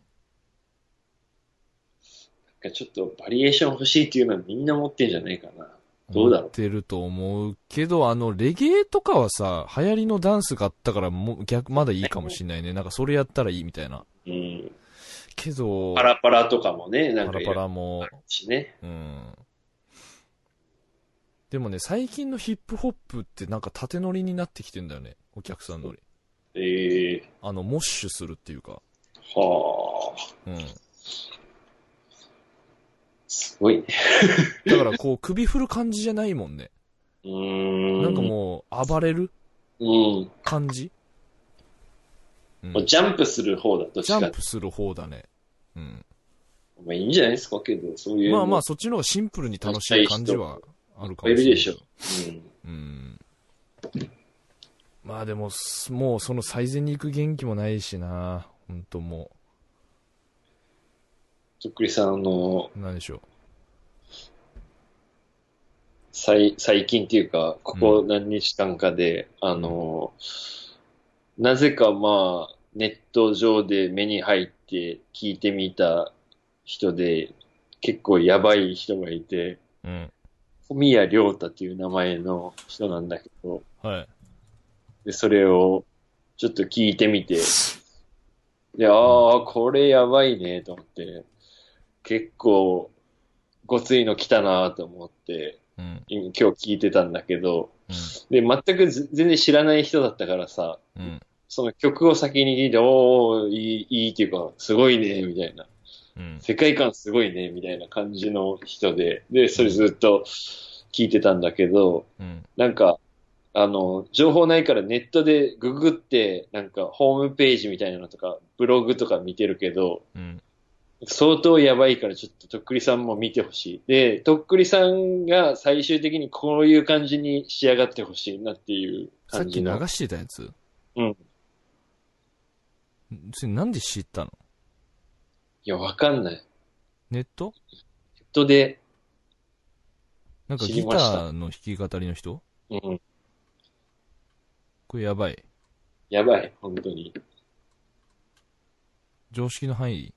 Speaker 3: なんかちょっとバリエーション欲しいっていうのはみんな持ってんじゃないかな。どうだろう
Speaker 1: 思ってると思うけど、あの、レゲエとかはさ、流行りのダンスがあったから、もう逆、まだいいかもしんないね。なんか、それやったらいいみたいな。
Speaker 3: うん。
Speaker 1: けど、
Speaker 3: パラパラとかもね、なん
Speaker 1: パ
Speaker 3: か
Speaker 1: ラ
Speaker 3: い
Speaker 1: パ
Speaker 3: る
Speaker 1: ラも、
Speaker 3: しね。
Speaker 1: うん。でもね、最近のヒップホップってなんか縦乗りになってきてんだよね。お客さん乗り。
Speaker 3: ええ
Speaker 1: あの、モッシュするっていうか。
Speaker 3: はあ、
Speaker 1: うん。
Speaker 3: すごいね。
Speaker 1: だからこう、 首振る感じじゃないもんね。
Speaker 3: うーん。
Speaker 1: なんかもう、暴れる
Speaker 3: うん。
Speaker 1: 感じうん
Speaker 3: もうジャンプする方だ、どっ
Speaker 1: ジ
Speaker 3: ち
Speaker 1: ャ
Speaker 3: か
Speaker 1: ン。プする方だね。うん。
Speaker 3: まあいいんじゃないですかけど、そういう。
Speaker 1: まあまあ、
Speaker 3: あ。
Speaker 1: そっちの方がシンプルに楽しい感じはあるかもしれない。
Speaker 3: いっぱいいるでしょうん。
Speaker 1: うん。まあでも、すもうその最善に行く元気もないしな。ほんとも
Speaker 3: とっくりさん、あの、
Speaker 1: う、なんでしょう。
Speaker 3: 最、最近っていうか、ここ
Speaker 1: う
Speaker 3: 何日間かで、あの、なぜかまあ、ネット上で目に入って聞いてみた人で、結構やばい人がいて、
Speaker 1: うん。
Speaker 3: 小宮良太っていう名前の人なんだけど、
Speaker 1: はい。
Speaker 3: で、それをちょっと聞いてみて、で、ああ、これやばいね、と思って、結構、ごついの来たなと思って、
Speaker 1: うん。
Speaker 3: 今今日聞いてたんだけど、
Speaker 1: うん。
Speaker 3: で、全くず全然知らない人だったからさ、
Speaker 1: うん。
Speaker 3: その曲を先に聞いて、おー、いい、いいっていうか、すごいね、みたいな。
Speaker 1: うん。
Speaker 3: 世界観すごいね、みたいな感じの人で、で、それずっと聞いてたんだけど、
Speaker 1: うん。
Speaker 3: なんか、あの、情報ないからネットでググって、なんかホームページみたいなのとか、ブログとか見てるけど、
Speaker 1: うん。
Speaker 3: 相当やばいからちょっととっくりさんも見てほしい。で、とっくりさんが最終的にこういう感じに仕上がってほしいなっていう
Speaker 1: さっ
Speaker 3: 感
Speaker 1: き
Speaker 3: じ
Speaker 1: 流
Speaker 3: の。
Speaker 1: してたやつ
Speaker 3: うん。い
Speaker 1: それなんで知ったの
Speaker 3: や、わかんない。ネッ
Speaker 1: ネット
Speaker 3: トで、
Speaker 1: なんか
Speaker 3: 知
Speaker 1: ギ
Speaker 3: り
Speaker 1: タ
Speaker 3: ました
Speaker 1: ーの弾き語りの人
Speaker 3: うん、
Speaker 1: これやばい。
Speaker 3: やばい、本当に。
Speaker 1: 常識の範囲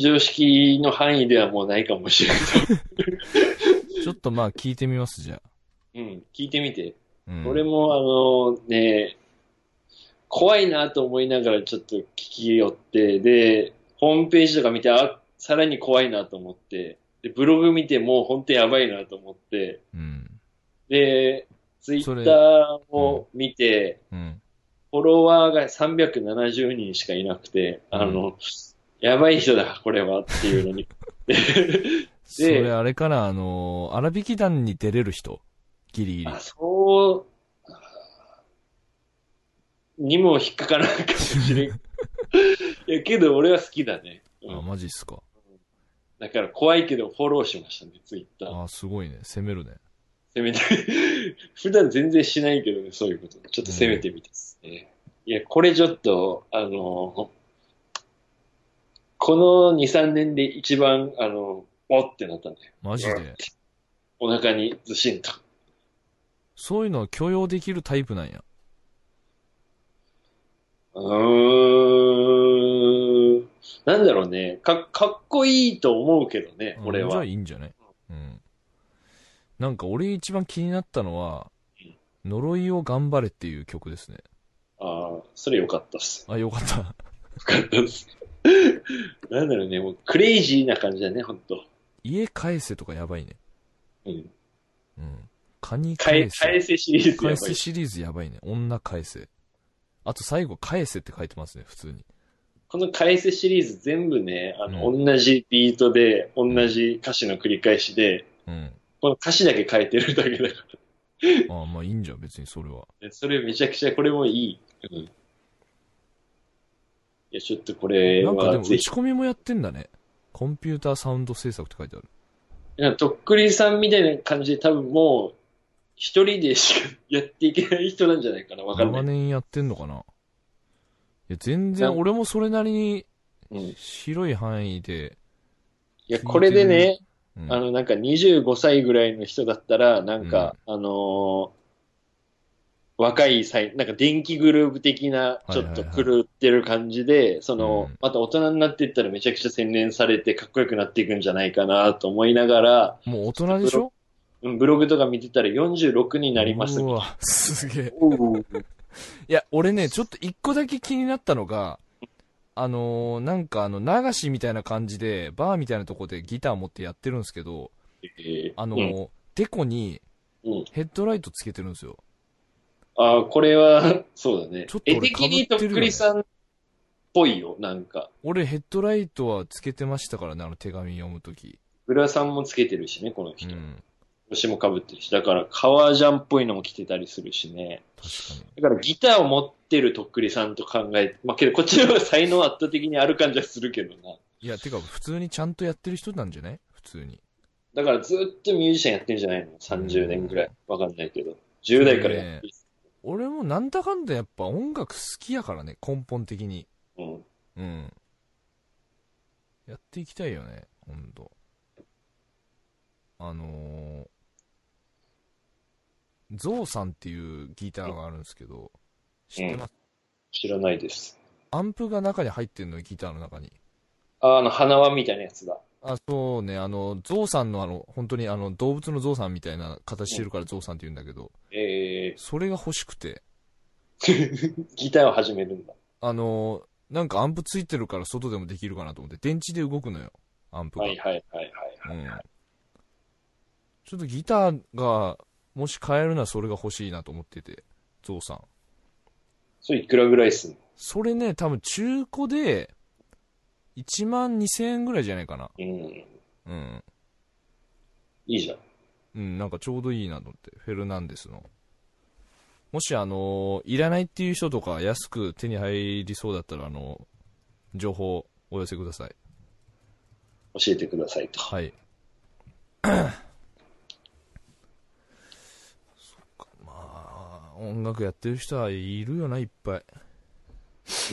Speaker 3: 常識の範囲ではもうないかもしれない。
Speaker 1: ちょっとまあ聞いてみます、じゃあ。
Speaker 3: うん、聞いてみて。
Speaker 1: うん。
Speaker 3: 俺もあのね、怖いなと思いながらちょっと聞き寄って、で、ホームページとか見て、あ、さらに怖いなと思って、で、ブログ見てもう本当やばいなと思って、
Speaker 1: うん。
Speaker 3: で、ツイ
Speaker 1: それ
Speaker 3: ッターを見て、
Speaker 1: うん。
Speaker 3: フォロワーが370人しかいなくて、あの、やばい人だ、これはってい うのに。
Speaker 1: それあれかな、あのー、荒引き団に出れる人ギリギリ
Speaker 3: あ、。そう、にも引っかからんかもしれん。いや、けど俺は好きだね。うん
Speaker 1: あ、マジっすか。
Speaker 3: だから怖いけどフォローしましたね、ツイッター。
Speaker 1: あ、すごいね。攻めるね。
Speaker 3: 攻めて、 普段全然しないけどね、そういうこと。ちょっと攻めてみたっすね。いや、これちょっと、あの、この2、3年で一番、あの、おってなったね。
Speaker 1: マジで。
Speaker 3: お腹にずしんと。
Speaker 1: そういうのは許容できるタイプなんや。
Speaker 3: うーん。なんだろうね。か、かっこいいと思うけどね、俺
Speaker 1: うんじゃあ
Speaker 3: は。
Speaker 1: いいんじゃないうん。なんか俺一番気になったのは、呪いを頑張れっていう曲ですね。
Speaker 3: ああ、それよかったっす。
Speaker 1: あ、よかった。
Speaker 3: よかったっす。なんだろうね、もうクレイジーな感じだね、ほんと。
Speaker 1: 家返せとかやばいね。
Speaker 3: うん。
Speaker 1: うん。カニ
Speaker 3: 返
Speaker 1: 返せ。
Speaker 3: 返せシリーズや
Speaker 1: 返
Speaker 3: ば
Speaker 1: せ
Speaker 3: い。
Speaker 1: シリーズやばいね。女返せ。あと最後、返せって書いてますね、普通に。
Speaker 3: この返せシリーズ全部ね、あの、
Speaker 1: う
Speaker 3: 同じビートで、同じ歌詞の繰り返しで、
Speaker 1: うん。
Speaker 3: この歌詞だけ変えてるだけだか
Speaker 1: あまあいいんじゃん、別にそれは。
Speaker 3: らね。それめちゃくちゃ、これもいい。うん。いや、ちょっとこれ
Speaker 1: なんかで
Speaker 3: は
Speaker 1: も、
Speaker 3: ぜ
Speaker 1: 打
Speaker 3: ひ
Speaker 1: ち。込みもやってんだね。コンピューターサウンド制作って書いてある。
Speaker 3: いやとっくりさんみたいな感じで多分もう、一人でしかやっていけない人なんじゃないかな。わかんな
Speaker 1: 長
Speaker 3: い。
Speaker 1: 年やってんのかないや、全
Speaker 3: な
Speaker 1: 然、俺もそれなりに
Speaker 3: うん、い
Speaker 1: 広い範囲で、
Speaker 3: や、これでね、
Speaker 1: うん
Speaker 3: あの、なんか25歳ぐらいの人だったら、なんか、あのー若い際、なんか電気グループ的な、
Speaker 1: い
Speaker 3: ち
Speaker 1: はい
Speaker 3: ょ
Speaker 1: は
Speaker 3: っ
Speaker 1: い
Speaker 3: と狂ってる感じで、その
Speaker 1: うん、
Speaker 3: また大人になっていったらめちゃくちゃ洗練されてかっこよくなっていくんじゃないかなと思いながら、
Speaker 1: もう大人でしょ
Speaker 3: うんブログとか見てたら46になります
Speaker 1: う。わ、すげえ。
Speaker 3: おう
Speaker 1: いや、俺ね、ちょっと一個だけ気になったのが、あのーなんかあの、流しみたいな感じで、バーみたいなとこでギター持ってやってるんですけど、
Speaker 3: えー
Speaker 1: あの
Speaker 3: う
Speaker 1: ー
Speaker 3: ん
Speaker 1: デコに
Speaker 3: うん
Speaker 1: ヘッドライトつけてるんですよ。
Speaker 3: ああ、これは、 そうだね
Speaker 1: ちょっ。と
Speaker 3: 絵
Speaker 1: 俺
Speaker 3: 的に
Speaker 1: 被
Speaker 3: と
Speaker 1: ってるよね
Speaker 3: っくりさんっぽいよ、なんか。
Speaker 1: 俺ヘッドライトはつけてましたからね、あの手紙読むとき。
Speaker 3: 浦さんもつけてるしね、この
Speaker 1: う
Speaker 3: 人。
Speaker 1: ん。
Speaker 3: 腰も被ってるし。だから、革ジャンっぽいのも着てたりするしね。
Speaker 1: 確か
Speaker 3: だから、ギターを持ってるとっくりさんと考えて、まあ、けど、こっちの方が才能圧倒的にある感じはするけどな。
Speaker 1: に。いや、てか、普通にちゃんとやってる人なんじゃない普通に。
Speaker 3: だから、ずっとミュージシャンやってんじゃないの ?30 年ぐらい。わかんないけど。10代からやってる。
Speaker 1: 俺もなんだかんだやっぱ音楽好きやからね、根本的に。
Speaker 3: うん。
Speaker 1: うん。やっていきたいよね、ほんと。あのー、ゾウさんっていうギターがあるんですけど、知ってます、
Speaker 3: 知らないです。
Speaker 1: アンプが中に入ってんのよ、ギターの中に。
Speaker 3: あ、あの、花輪みたいなやつだ。
Speaker 1: あ、そうね、あの、ゾウさんのあの、本当にあの、動物のゾウさんみたいな形してるからゾウさんって言うんだけど、
Speaker 3: え
Speaker 1: それが欲しくて、
Speaker 3: ー、 ギターを始めるんだ。
Speaker 1: あのー、なんかアンプついてるから外でもできるかなと思って、電池で動くのよ、アンプが。
Speaker 3: はいはいはいはい。
Speaker 1: うんちょっとギターが、もし買えるならそれが欲しいなと思ってて、ゾウさん。
Speaker 3: それいくらぐらいすんの
Speaker 1: それね、多分中古で、1万2000円ぐらいじゃないかな。
Speaker 3: うん。
Speaker 1: うん。
Speaker 3: いいじゃん。
Speaker 1: うん、なんかちょうどいいなと思って、フェルナンデスの。もしあのーいらないっていう人とか安く手に入りそうだったら、あの情報お寄せください。
Speaker 3: 教えてくださいと。
Speaker 1: はい。そっか、まあ、音楽やってる人はいるよな、いっぱい。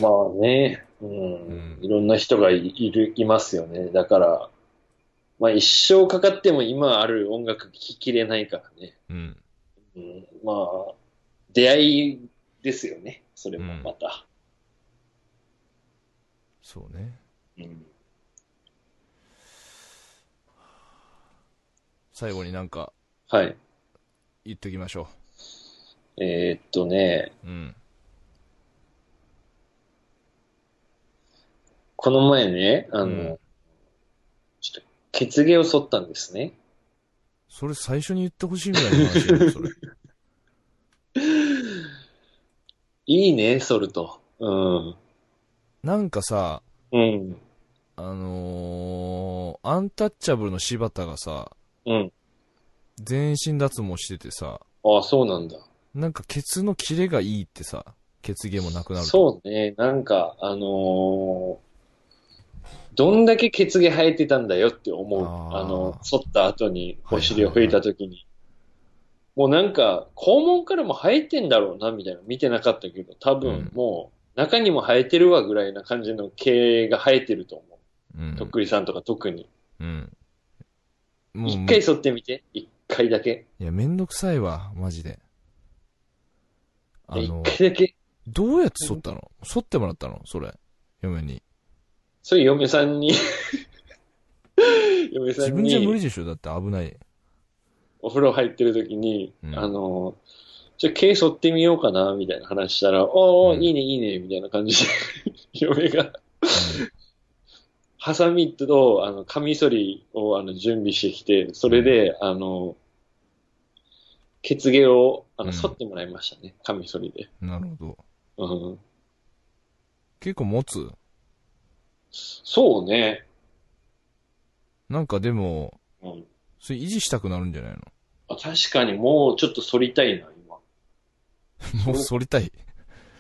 Speaker 3: まあね、うん、
Speaker 1: うん
Speaker 3: いろんな人がいいる、いますよね。だから、まあ一生かかっても今ある音楽聴ききれないからね。
Speaker 1: うん。
Speaker 3: うん、まあ、出会いですよね。それもまた。
Speaker 1: そうね。
Speaker 3: うん
Speaker 1: 最後になんか
Speaker 3: はい。
Speaker 1: 言っときましょ
Speaker 3: えーっとね、
Speaker 1: うん。
Speaker 3: この前ね、あの、
Speaker 1: うん
Speaker 3: ちょっと、血毛を剃ったんですね。
Speaker 1: それ最初に言ってほしいぐらいの話だよ、それ。
Speaker 3: いいね、剃ると。うん。
Speaker 1: なんかさ、
Speaker 3: うん。
Speaker 1: あのー、アンタッチャブルの柴田がさ、
Speaker 3: うん。
Speaker 1: 全身脱毛しててさ、
Speaker 3: ああ、そうなんだ。
Speaker 1: なんかケツのキレがいいってさ、血毛もなくなる。
Speaker 3: そうね、なんか、あのーどんだけ血毛生えてたんだよって思う。
Speaker 1: あ
Speaker 3: あ
Speaker 1: ー
Speaker 3: の、剃った後にお尻を
Speaker 1: はいは
Speaker 3: 拭
Speaker 1: い
Speaker 3: い
Speaker 1: はい
Speaker 3: た時に。もうなんか、肛門からも生えてんだろうな、みたいな。見てなかったけど、多
Speaker 1: う
Speaker 3: 分
Speaker 1: ん
Speaker 3: もう、中にも生えてるわぐらいな感じの毛が生えてると思う。
Speaker 1: う。うん
Speaker 3: とっ。くりさんとか特に。
Speaker 1: うん。もう、
Speaker 3: 一
Speaker 1: い
Speaker 3: 回剃ってみて。一回だけ。
Speaker 1: や、めんどくさいわ、マジで。あ
Speaker 3: 一
Speaker 1: の、
Speaker 3: 回だけ。
Speaker 1: どうやって剃ったの剃ってもらったのそれ。嫁に。
Speaker 3: それ嫁 さんに。嫁さ
Speaker 1: 自
Speaker 3: ん
Speaker 1: 分じゃ無理
Speaker 3: に、
Speaker 1: でしょだって危な い。
Speaker 3: お風呂入ってる時に、
Speaker 1: うん
Speaker 3: あの、じゃあ毛剃ってみようかな、みたいな話したら、おーおー、
Speaker 1: うん
Speaker 3: いいね、いいね、みたいな感じで、 嫁が、ハサミと、あの、カミソリを、あの、準備してきて、それで、あの、血毛を、あ
Speaker 1: う
Speaker 3: の、
Speaker 1: ん
Speaker 3: 剃ってもらいましたね、カミソリで。
Speaker 1: うん。なるほど。
Speaker 3: うん。
Speaker 1: 結構持つ
Speaker 3: そうね。
Speaker 1: なんかでも、
Speaker 3: うん。
Speaker 1: それ維持したくなるんじゃないの
Speaker 3: あ確かに、もうちょっと剃りたいな、
Speaker 1: も
Speaker 3: 今。
Speaker 1: う剃りたい。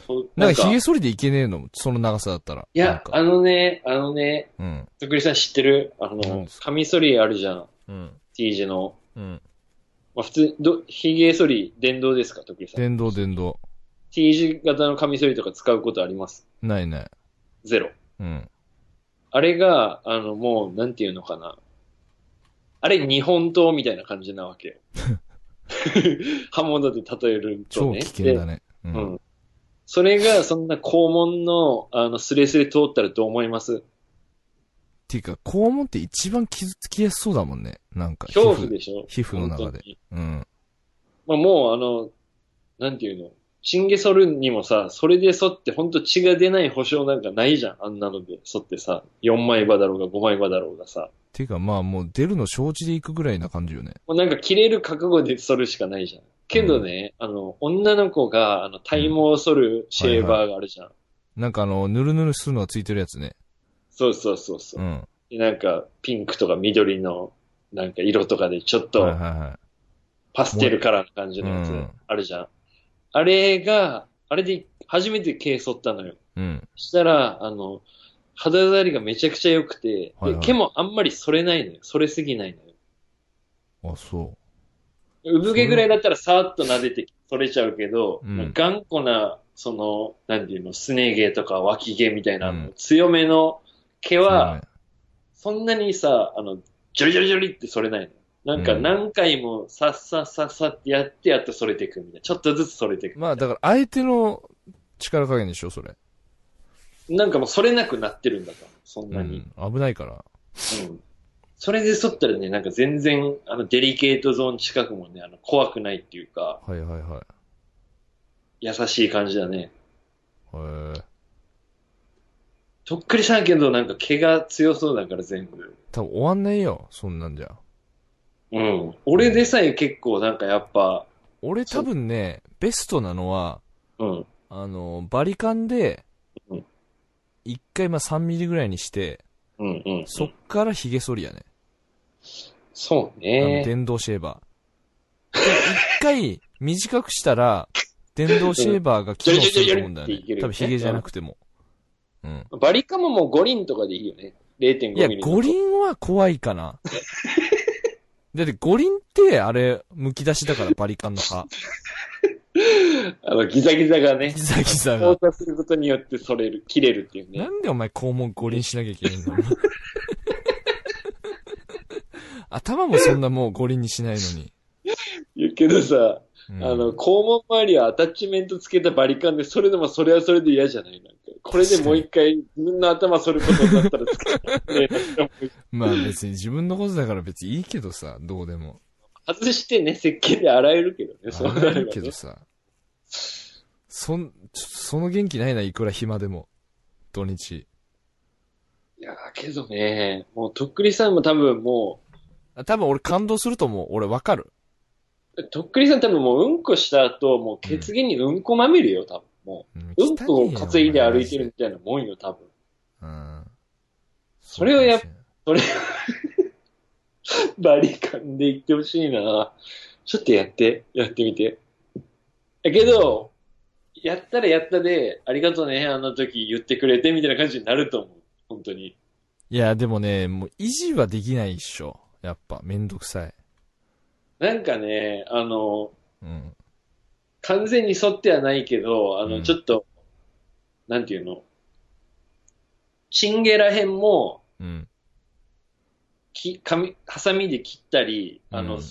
Speaker 3: そう
Speaker 1: なんか髭剃りでいけねえのその長さだったら。
Speaker 3: い
Speaker 1: なん
Speaker 3: や、
Speaker 1: か
Speaker 3: あのね、あのね、
Speaker 1: うん。
Speaker 3: とっくりさん知ってるあ
Speaker 1: 何
Speaker 3: の
Speaker 1: です、か
Speaker 3: カミソリあるじゃん。
Speaker 1: うん。
Speaker 3: T 字の。
Speaker 1: うん。
Speaker 3: まあ、普通、ど、ヒゲ剃り、電動ですか、とっくりさん。
Speaker 1: 電動電動。
Speaker 3: T 字型のカミソリとか使うことあります
Speaker 1: ないない。
Speaker 3: ゼロ。
Speaker 1: うん。
Speaker 3: あれが、あの、もう、なんていうのかな。あれ、日本刀みたいな感じな わけよ。刃物で例えると
Speaker 1: 超
Speaker 3: ね。
Speaker 1: 危険だ
Speaker 3: ね。
Speaker 1: ね。う。
Speaker 3: うんん。それが、そんな肛門の、あの、スレスレ通ったらどう思います
Speaker 1: ていうか、肛門って一番傷つきやすそうだもんね。なんか。
Speaker 3: 恐怖でしょ
Speaker 1: 皮膚の中で
Speaker 3: 本当に
Speaker 1: うん。
Speaker 3: まあ、もうあの、なんていうの、チンゲ剃るにもさ、それで剃ってほんと血が出ない保証なんかないじゃん、あんなので剃ってさ、4枚刃だろうが5枚刃だろうがさ、
Speaker 1: ていうか、まあもう出るの承知でいくぐらいな感じよね。
Speaker 3: もうなんか切れる覚悟で剃るしかないじゃん。けどね、あの、女の子が、あの、体毛を剃るシェーバーがあるじゃん。
Speaker 1: なんかあの、ぬるぬるするのがついてるやつね。
Speaker 3: そうそうそうそうう、
Speaker 1: ん。
Speaker 3: でなんか、ピンクとか緑の、なんか色とかでちょっ
Speaker 1: はい
Speaker 3: と
Speaker 1: はいは
Speaker 3: パステルカラーな感じのやつ
Speaker 1: うん
Speaker 3: あるじゃん。あれが、あれで初めて毛剃ったのよ。
Speaker 1: い。うん。
Speaker 3: したら、あの、肌触りがめちゃくちゃ良くて、
Speaker 1: はいはい
Speaker 3: で毛もあんまり剃れないのよ。剃れすぎないのよ。
Speaker 1: あ、そう。
Speaker 3: 産毛ぐらいだったらさーっと撫でて剃れちゃうけど、
Speaker 1: うん
Speaker 3: もう頑固な、その、なんていうの、すね毛とか脇毛みたいな、
Speaker 1: うん
Speaker 3: 強めの毛
Speaker 1: は
Speaker 3: は、
Speaker 1: い
Speaker 3: そんなにさ、あの、ジョリジョリジョリって剃れないの。なんか
Speaker 1: うん
Speaker 3: 何回もさっさっさっさってやってやっと剃れていくみたいな。ちょっとずつ剃れていく。
Speaker 1: まあだから、相手の力加減でしょ、それ。
Speaker 3: なんかもう剃れなくなってるんだから、そん
Speaker 1: う
Speaker 3: なに。
Speaker 1: ん。危ないから。
Speaker 3: うんそれで剃ったらね、なんか全然、あの、デリケートゾーン近くもね、あの、怖くないっていうか、
Speaker 1: はいはいはい。
Speaker 3: 優しい感じだね。
Speaker 1: へえ。
Speaker 3: とっくりしたけど、なんか毛が強そうだから全部。
Speaker 1: 多分終わんないよ、そんなんじゃ。
Speaker 3: うん。俺でさえ結構なんかやっぱ、
Speaker 1: 俺多分ね、ベストなのは、
Speaker 3: うん。
Speaker 1: あの、バリカンで
Speaker 3: うん、
Speaker 1: 一回まあ3ミリぐらいにして、
Speaker 3: うんうん。
Speaker 1: そっから髭剃りやね。
Speaker 3: そう
Speaker 1: あの、
Speaker 3: ね。
Speaker 1: 電動シェーバー。で一回短くしたら、電動シェーバーが機能すると思うんだよ
Speaker 3: うん
Speaker 1: ね
Speaker 3: ジョリジョリジョリっていけ。る
Speaker 1: 多分ヒゲじゃなくても。うん。
Speaker 3: バリカももう五輪とかでいいよね。0.5
Speaker 1: いや、
Speaker 3: ミリ。
Speaker 1: 五輪は怖いかな。だって五輪って、あれ、剥き出しだからバリカンの 刃。
Speaker 3: あの、ギザギザがね
Speaker 1: ギ、ザギザ
Speaker 3: 交
Speaker 1: が。
Speaker 3: 差することによって剃れる、切れるっていうね
Speaker 1: な。んでお前肛門五輪しなきゃいけないん だ頭もそんなもう五輪にしないのに。
Speaker 3: 言うけどさ、
Speaker 1: うん
Speaker 3: あの、肛門周りはアタッチメントつけたバリカンで、それでもそれはそれで嫌じゃないなんか。これでもう一回、自分の頭剃ることになったら使えないな
Speaker 1: まあ別に自分のことだから別にいいけどさ、どうでも。
Speaker 3: 外してね、石鹸で洗えるけどね、そう
Speaker 1: あ
Speaker 3: な
Speaker 1: ら
Speaker 3: れ
Speaker 1: る
Speaker 3: ば
Speaker 1: けど
Speaker 3: ね。
Speaker 1: さ。そん、ちょその元気ないな、いくら暇でも。土日。
Speaker 3: いやー、けどね、もう、とっくりさんも多分も
Speaker 1: あ多分俺感動すると思う。俺わかる。
Speaker 3: う、とっくりさん多分もう、うんこした後、もう、血議にうんこまみれよ、多分。も
Speaker 1: うん
Speaker 3: う、うんこを担いで歩いて。
Speaker 1: 汚ねえ
Speaker 3: る
Speaker 1: よ
Speaker 3: みたいなもんよ、多分。
Speaker 1: お前マジでうん。
Speaker 3: それをやっ
Speaker 1: ぱ、
Speaker 3: バリカンで行ってほしいなちょっとやって、やってみて。だけど、やったらやったで、ありがとうね、あの時言ってくれて、みたいな感じになると思う。本当に。
Speaker 1: いや、でもね、もう維持はできないっしょ。やっぱ、めんどくさい。
Speaker 3: なんかね、あの、
Speaker 1: うん。
Speaker 3: 完全に沿ってはないけど、あ
Speaker 1: うん
Speaker 3: の、ちょっと、なんていうの、チンゲラ編も、
Speaker 1: うん。
Speaker 3: き、紙、ハサミで切ったり、あの、
Speaker 1: うん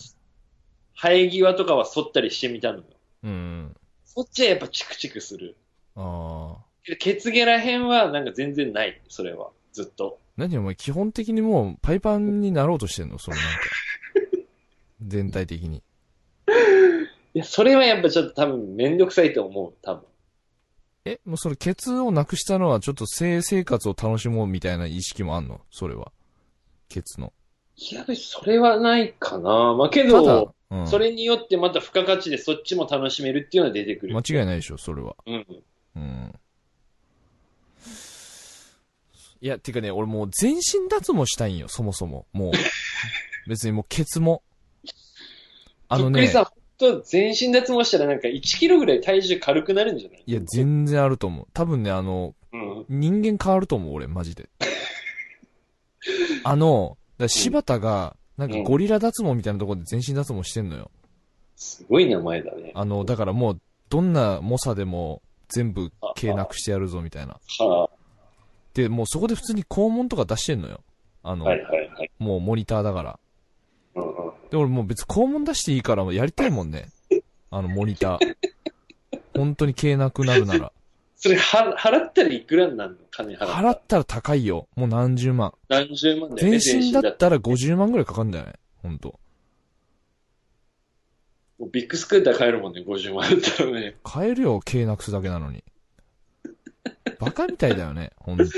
Speaker 3: 生え際とかは剃ったりしてみたのよ。
Speaker 1: うん。
Speaker 3: そっちはやっぱチクチクする。
Speaker 1: ああ。
Speaker 3: けどケツゲラ編はなんか全然ない、それは。ずっと。
Speaker 1: 何お前、基本的にもう、パイパンになろうとしてんのそのなん か。全体的に。
Speaker 3: いや、それはやっぱちょっと多分めんどくさいと思う、多分。
Speaker 1: え、もうそれ、ケツをなくしたのは、ちょっと性生活を楽しもうみたいな意識もあんのそれは。ケツの。
Speaker 3: いや、別にそれはないかな。まあけ
Speaker 1: ただ
Speaker 3: ど、、
Speaker 1: うん、
Speaker 3: それによってまた付加価値でそっちも楽しめるっていうのは出てくる。
Speaker 1: 間違いないでしょ、それは。
Speaker 3: うん。
Speaker 1: うん。いや、てかね、俺もう全身脱毛したいんよ、そもそも。 もう。別にもうケツも。あの
Speaker 3: とっくり
Speaker 1: ね
Speaker 3: さ、ん、本当全身脱毛したらなんか1キロぐらい体重軽くなるんじゃない
Speaker 1: いや、全然あると思う。多分ね、あの、
Speaker 3: うん。
Speaker 1: 人間変わると思う、俺、マジで。あの、だから柴田が、なんかゴリラ脱毛みたいなところで全身脱毛してんのよ。
Speaker 3: すごい名前だね。
Speaker 1: あの、だからもう、どんな猛者でも全部毛なくしてやるぞ、みたいな。
Speaker 3: は
Speaker 1: で、もうそこで普通に肛門とか出してんのよ。あ
Speaker 3: あ、
Speaker 1: の、
Speaker 3: はいはいはい。
Speaker 1: もうモニターだから。
Speaker 3: うんうん
Speaker 1: で、俺もう別に肛門出していいからやりたいもんね。あの、モニタ ー。本当に消えなくなるな ら。
Speaker 3: それは払ったらいくらになるの金払ったら
Speaker 1: 払ったら高いよ。もう何十万。
Speaker 3: 何十万だよ
Speaker 1: 全
Speaker 3: ね、
Speaker 1: 身だったら50万ぐらいかかるんだよね。本当
Speaker 3: もうビッグスクーター買えるもんね、50万だったらね。
Speaker 1: 買えるよ、消えなくすだけなのに。バカみたいだよね、 本当
Speaker 3: だ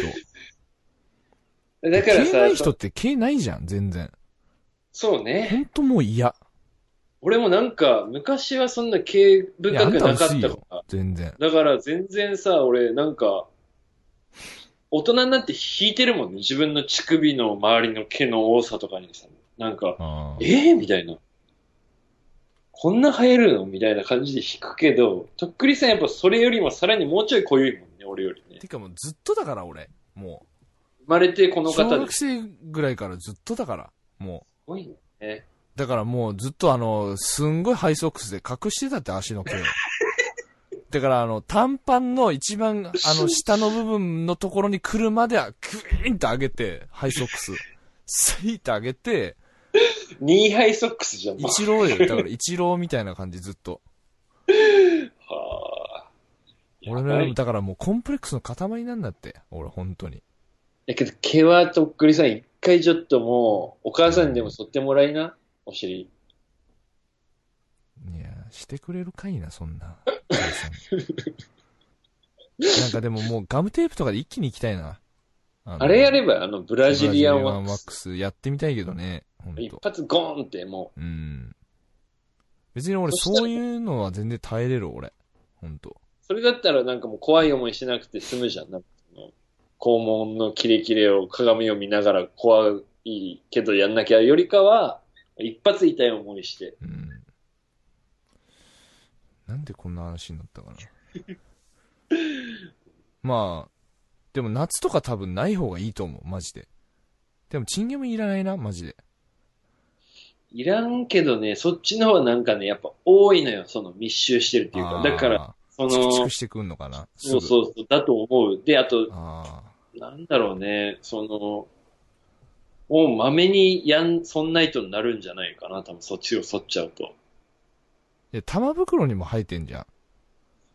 Speaker 3: か
Speaker 1: 消え
Speaker 3: ら
Speaker 1: ない
Speaker 3: さ、
Speaker 1: 人って消えないじゃん、全然。
Speaker 3: そうね。
Speaker 1: 本当もう嫌。
Speaker 3: 俺もなんか、昔はそんな毛
Speaker 1: いや、あ
Speaker 3: 深
Speaker 1: ん
Speaker 3: く
Speaker 1: た
Speaker 3: なか
Speaker 1: 薄
Speaker 3: っ
Speaker 1: い
Speaker 3: たか
Speaker 1: よ
Speaker 3: ら。。
Speaker 1: 全然。
Speaker 3: だから全然さ、俺なんか、大人になって引いてるもんね。自分の乳首の周りの毛の多さとかにさ、なんか、
Speaker 1: あー
Speaker 3: ええみたいな。こんな生えるのみたいな感じで引くけど、とっくりさんやっぱそれよりもさらにもうちょい濃ゆいもんね、俺よりね。
Speaker 1: てかもうずっとだから俺。も
Speaker 3: 生まれてこ
Speaker 1: う。
Speaker 3: の
Speaker 1: 小
Speaker 3: 方で
Speaker 1: 学
Speaker 3: す
Speaker 1: 生ぐらいからずっとだから。もう。
Speaker 3: ごいね。
Speaker 1: だからもうずっとあの、すんごいハイソックスで隠してたって足の毛を。だからあの、短パンの一番あ の、下の部分のところに来るまでは、クイーンって上げて、ハイソックス。スイーって上げて、
Speaker 3: ニーハイソックスじゃん、もう
Speaker 1: 一郎よ。だから一郎みたいな感じずっと。
Speaker 3: はあ。
Speaker 1: 俺
Speaker 3: やば
Speaker 1: の、
Speaker 3: い
Speaker 1: だからもうコンプレックスの塊なんだって。俺本当に。
Speaker 3: だけど、毛はとっくりさん、一回ちょっともう、お母さんにでも剃ってもらいな、お尻。
Speaker 1: いや、してくれるかいな、そん な。なんかでももうガムテープとかで一気に行きたいな。あの
Speaker 3: あれやれば、あの、ブラジリアンワックス。
Speaker 1: やってみたいけどね。ほん
Speaker 3: 一
Speaker 1: と。
Speaker 3: 発ゴーンって、も
Speaker 1: うん。別に俺
Speaker 3: そしたら
Speaker 1: そういうのは全然耐えれる俺。ほんと。
Speaker 3: う、それだったらなんかもう怖い思いしなくて済むじゃん。なんかその肛門のキレキレを鏡を見ながら怖いけどやんなきゃよりかは、一発痛い思いして。
Speaker 1: うん。なんでこんな話になったかな。 まあ、でも夏とか多分ない方がいいと思う、マジで。でもチンゲもいらないな、マジで。
Speaker 3: いらんけどね、そっちの方はなんかね、やっぱ多いのよ、その密集してるっていう
Speaker 1: あ
Speaker 3: か。
Speaker 1: ー
Speaker 3: だから、、その、
Speaker 1: チクチクしてくんのかな。す
Speaker 3: そう
Speaker 1: ぐ
Speaker 3: そうそう、だと思う。で、あと、
Speaker 1: ああ。
Speaker 3: なんだろうね、その、もうまめにやん、そんないとなるんじゃないかな、多分そっちを剃っちゃうと。
Speaker 1: で、玉袋にも生えてんじゃん。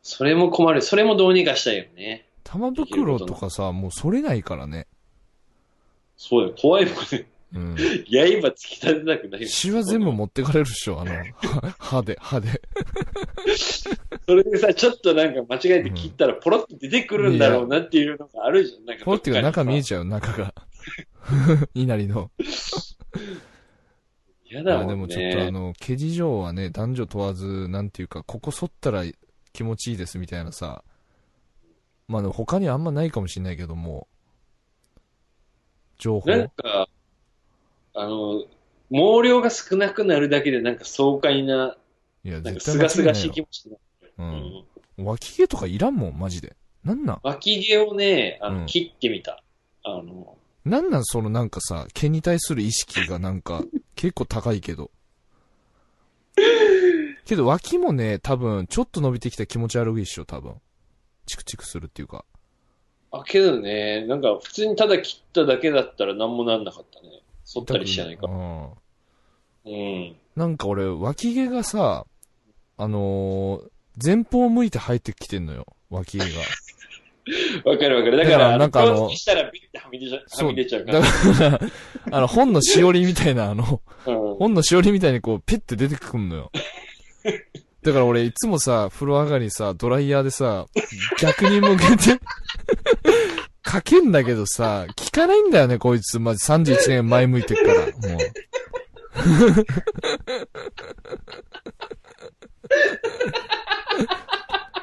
Speaker 3: それも困る。それもどうにかしたいよね。
Speaker 1: 玉袋とかさ、もうそれないからね。
Speaker 3: そうよ、怖い もんね。
Speaker 1: うん。
Speaker 3: 刃突き立てたくない。
Speaker 1: 血は全部持ってかれるっしょ、あの、は歯で、歯で。
Speaker 3: それでさ、ちょっとなんか間違えて切ったらポロって出てくるんだろうなっていうのがあるじゃん。なんか
Speaker 1: ポロっていうか中見え
Speaker 3: ち
Speaker 1: ちゃう、中が。 稲荷の。
Speaker 3: ゃう。嫌
Speaker 1: い
Speaker 3: だ
Speaker 1: や、
Speaker 3: もんね。
Speaker 1: でもちょっとあの、ケジ城はね、男女問わず、なんていうか、ここ剃ったら気持ちいいですみたいなさ。まあでも他にはあんまないかもしれないけども。情報。
Speaker 3: なんか、あの、毛量が少なくなるだけでなんか爽快な、
Speaker 1: いや、
Speaker 3: なんか
Speaker 1: 絶対
Speaker 3: す
Speaker 1: 間
Speaker 3: が
Speaker 1: 違いな
Speaker 3: すが
Speaker 1: い
Speaker 3: しい
Speaker 1: よ
Speaker 3: 気。持ちに
Speaker 1: う
Speaker 3: なる。
Speaker 1: ん。脇毛とかいらんもん、マジで。なんなん
Speaker 3: 脇毛をね、あの、
Speaker 1: うん
Speaker 3: 切ってみた。あの、
Speaker 1: なんなんそのなんかさ、毛に対する意識がなんか、 結構高いけど。けど脇もね、多分、ちょっと伸びてきたら気持ち悪いっしょ、多分。チクチクするっていうか。
Speaker 3: あ、けどね、なんか普通にただ切っただけだったら何もなんなかったね。剃ったりしてないか
Speaker 1: う
Speaker 3: ら。
Speaker 1: ん。
Speaker 3: うん。
Speaker 1: なんか俺、脇毛がさ、あのー前方向いて生えてきてんのよ、脇毛が。
Speaker 3: わかるわかる。だか
Speaker 1: だから
Speaker 3: ら、
Speaker 1: なんかあの
Speaker 3: 顔つきしたらビッてはみ出ちゃ
Speaker 1: そう
Speaker 3: はみ出ちゃうから
Speaker 1: だ。から、あの、本のしおりみたいな、あの、
Speaker 3: うん
Speaker 1: 本のしおりみたいにこう、ペッて出てくんのよ。だから俺、いつもさ、風呂上がりさ、ドライヤーでさ、逆に向けて、かけんだけどさ、効かないんだよね、こいつ。まじ31年前向いてっから、もう。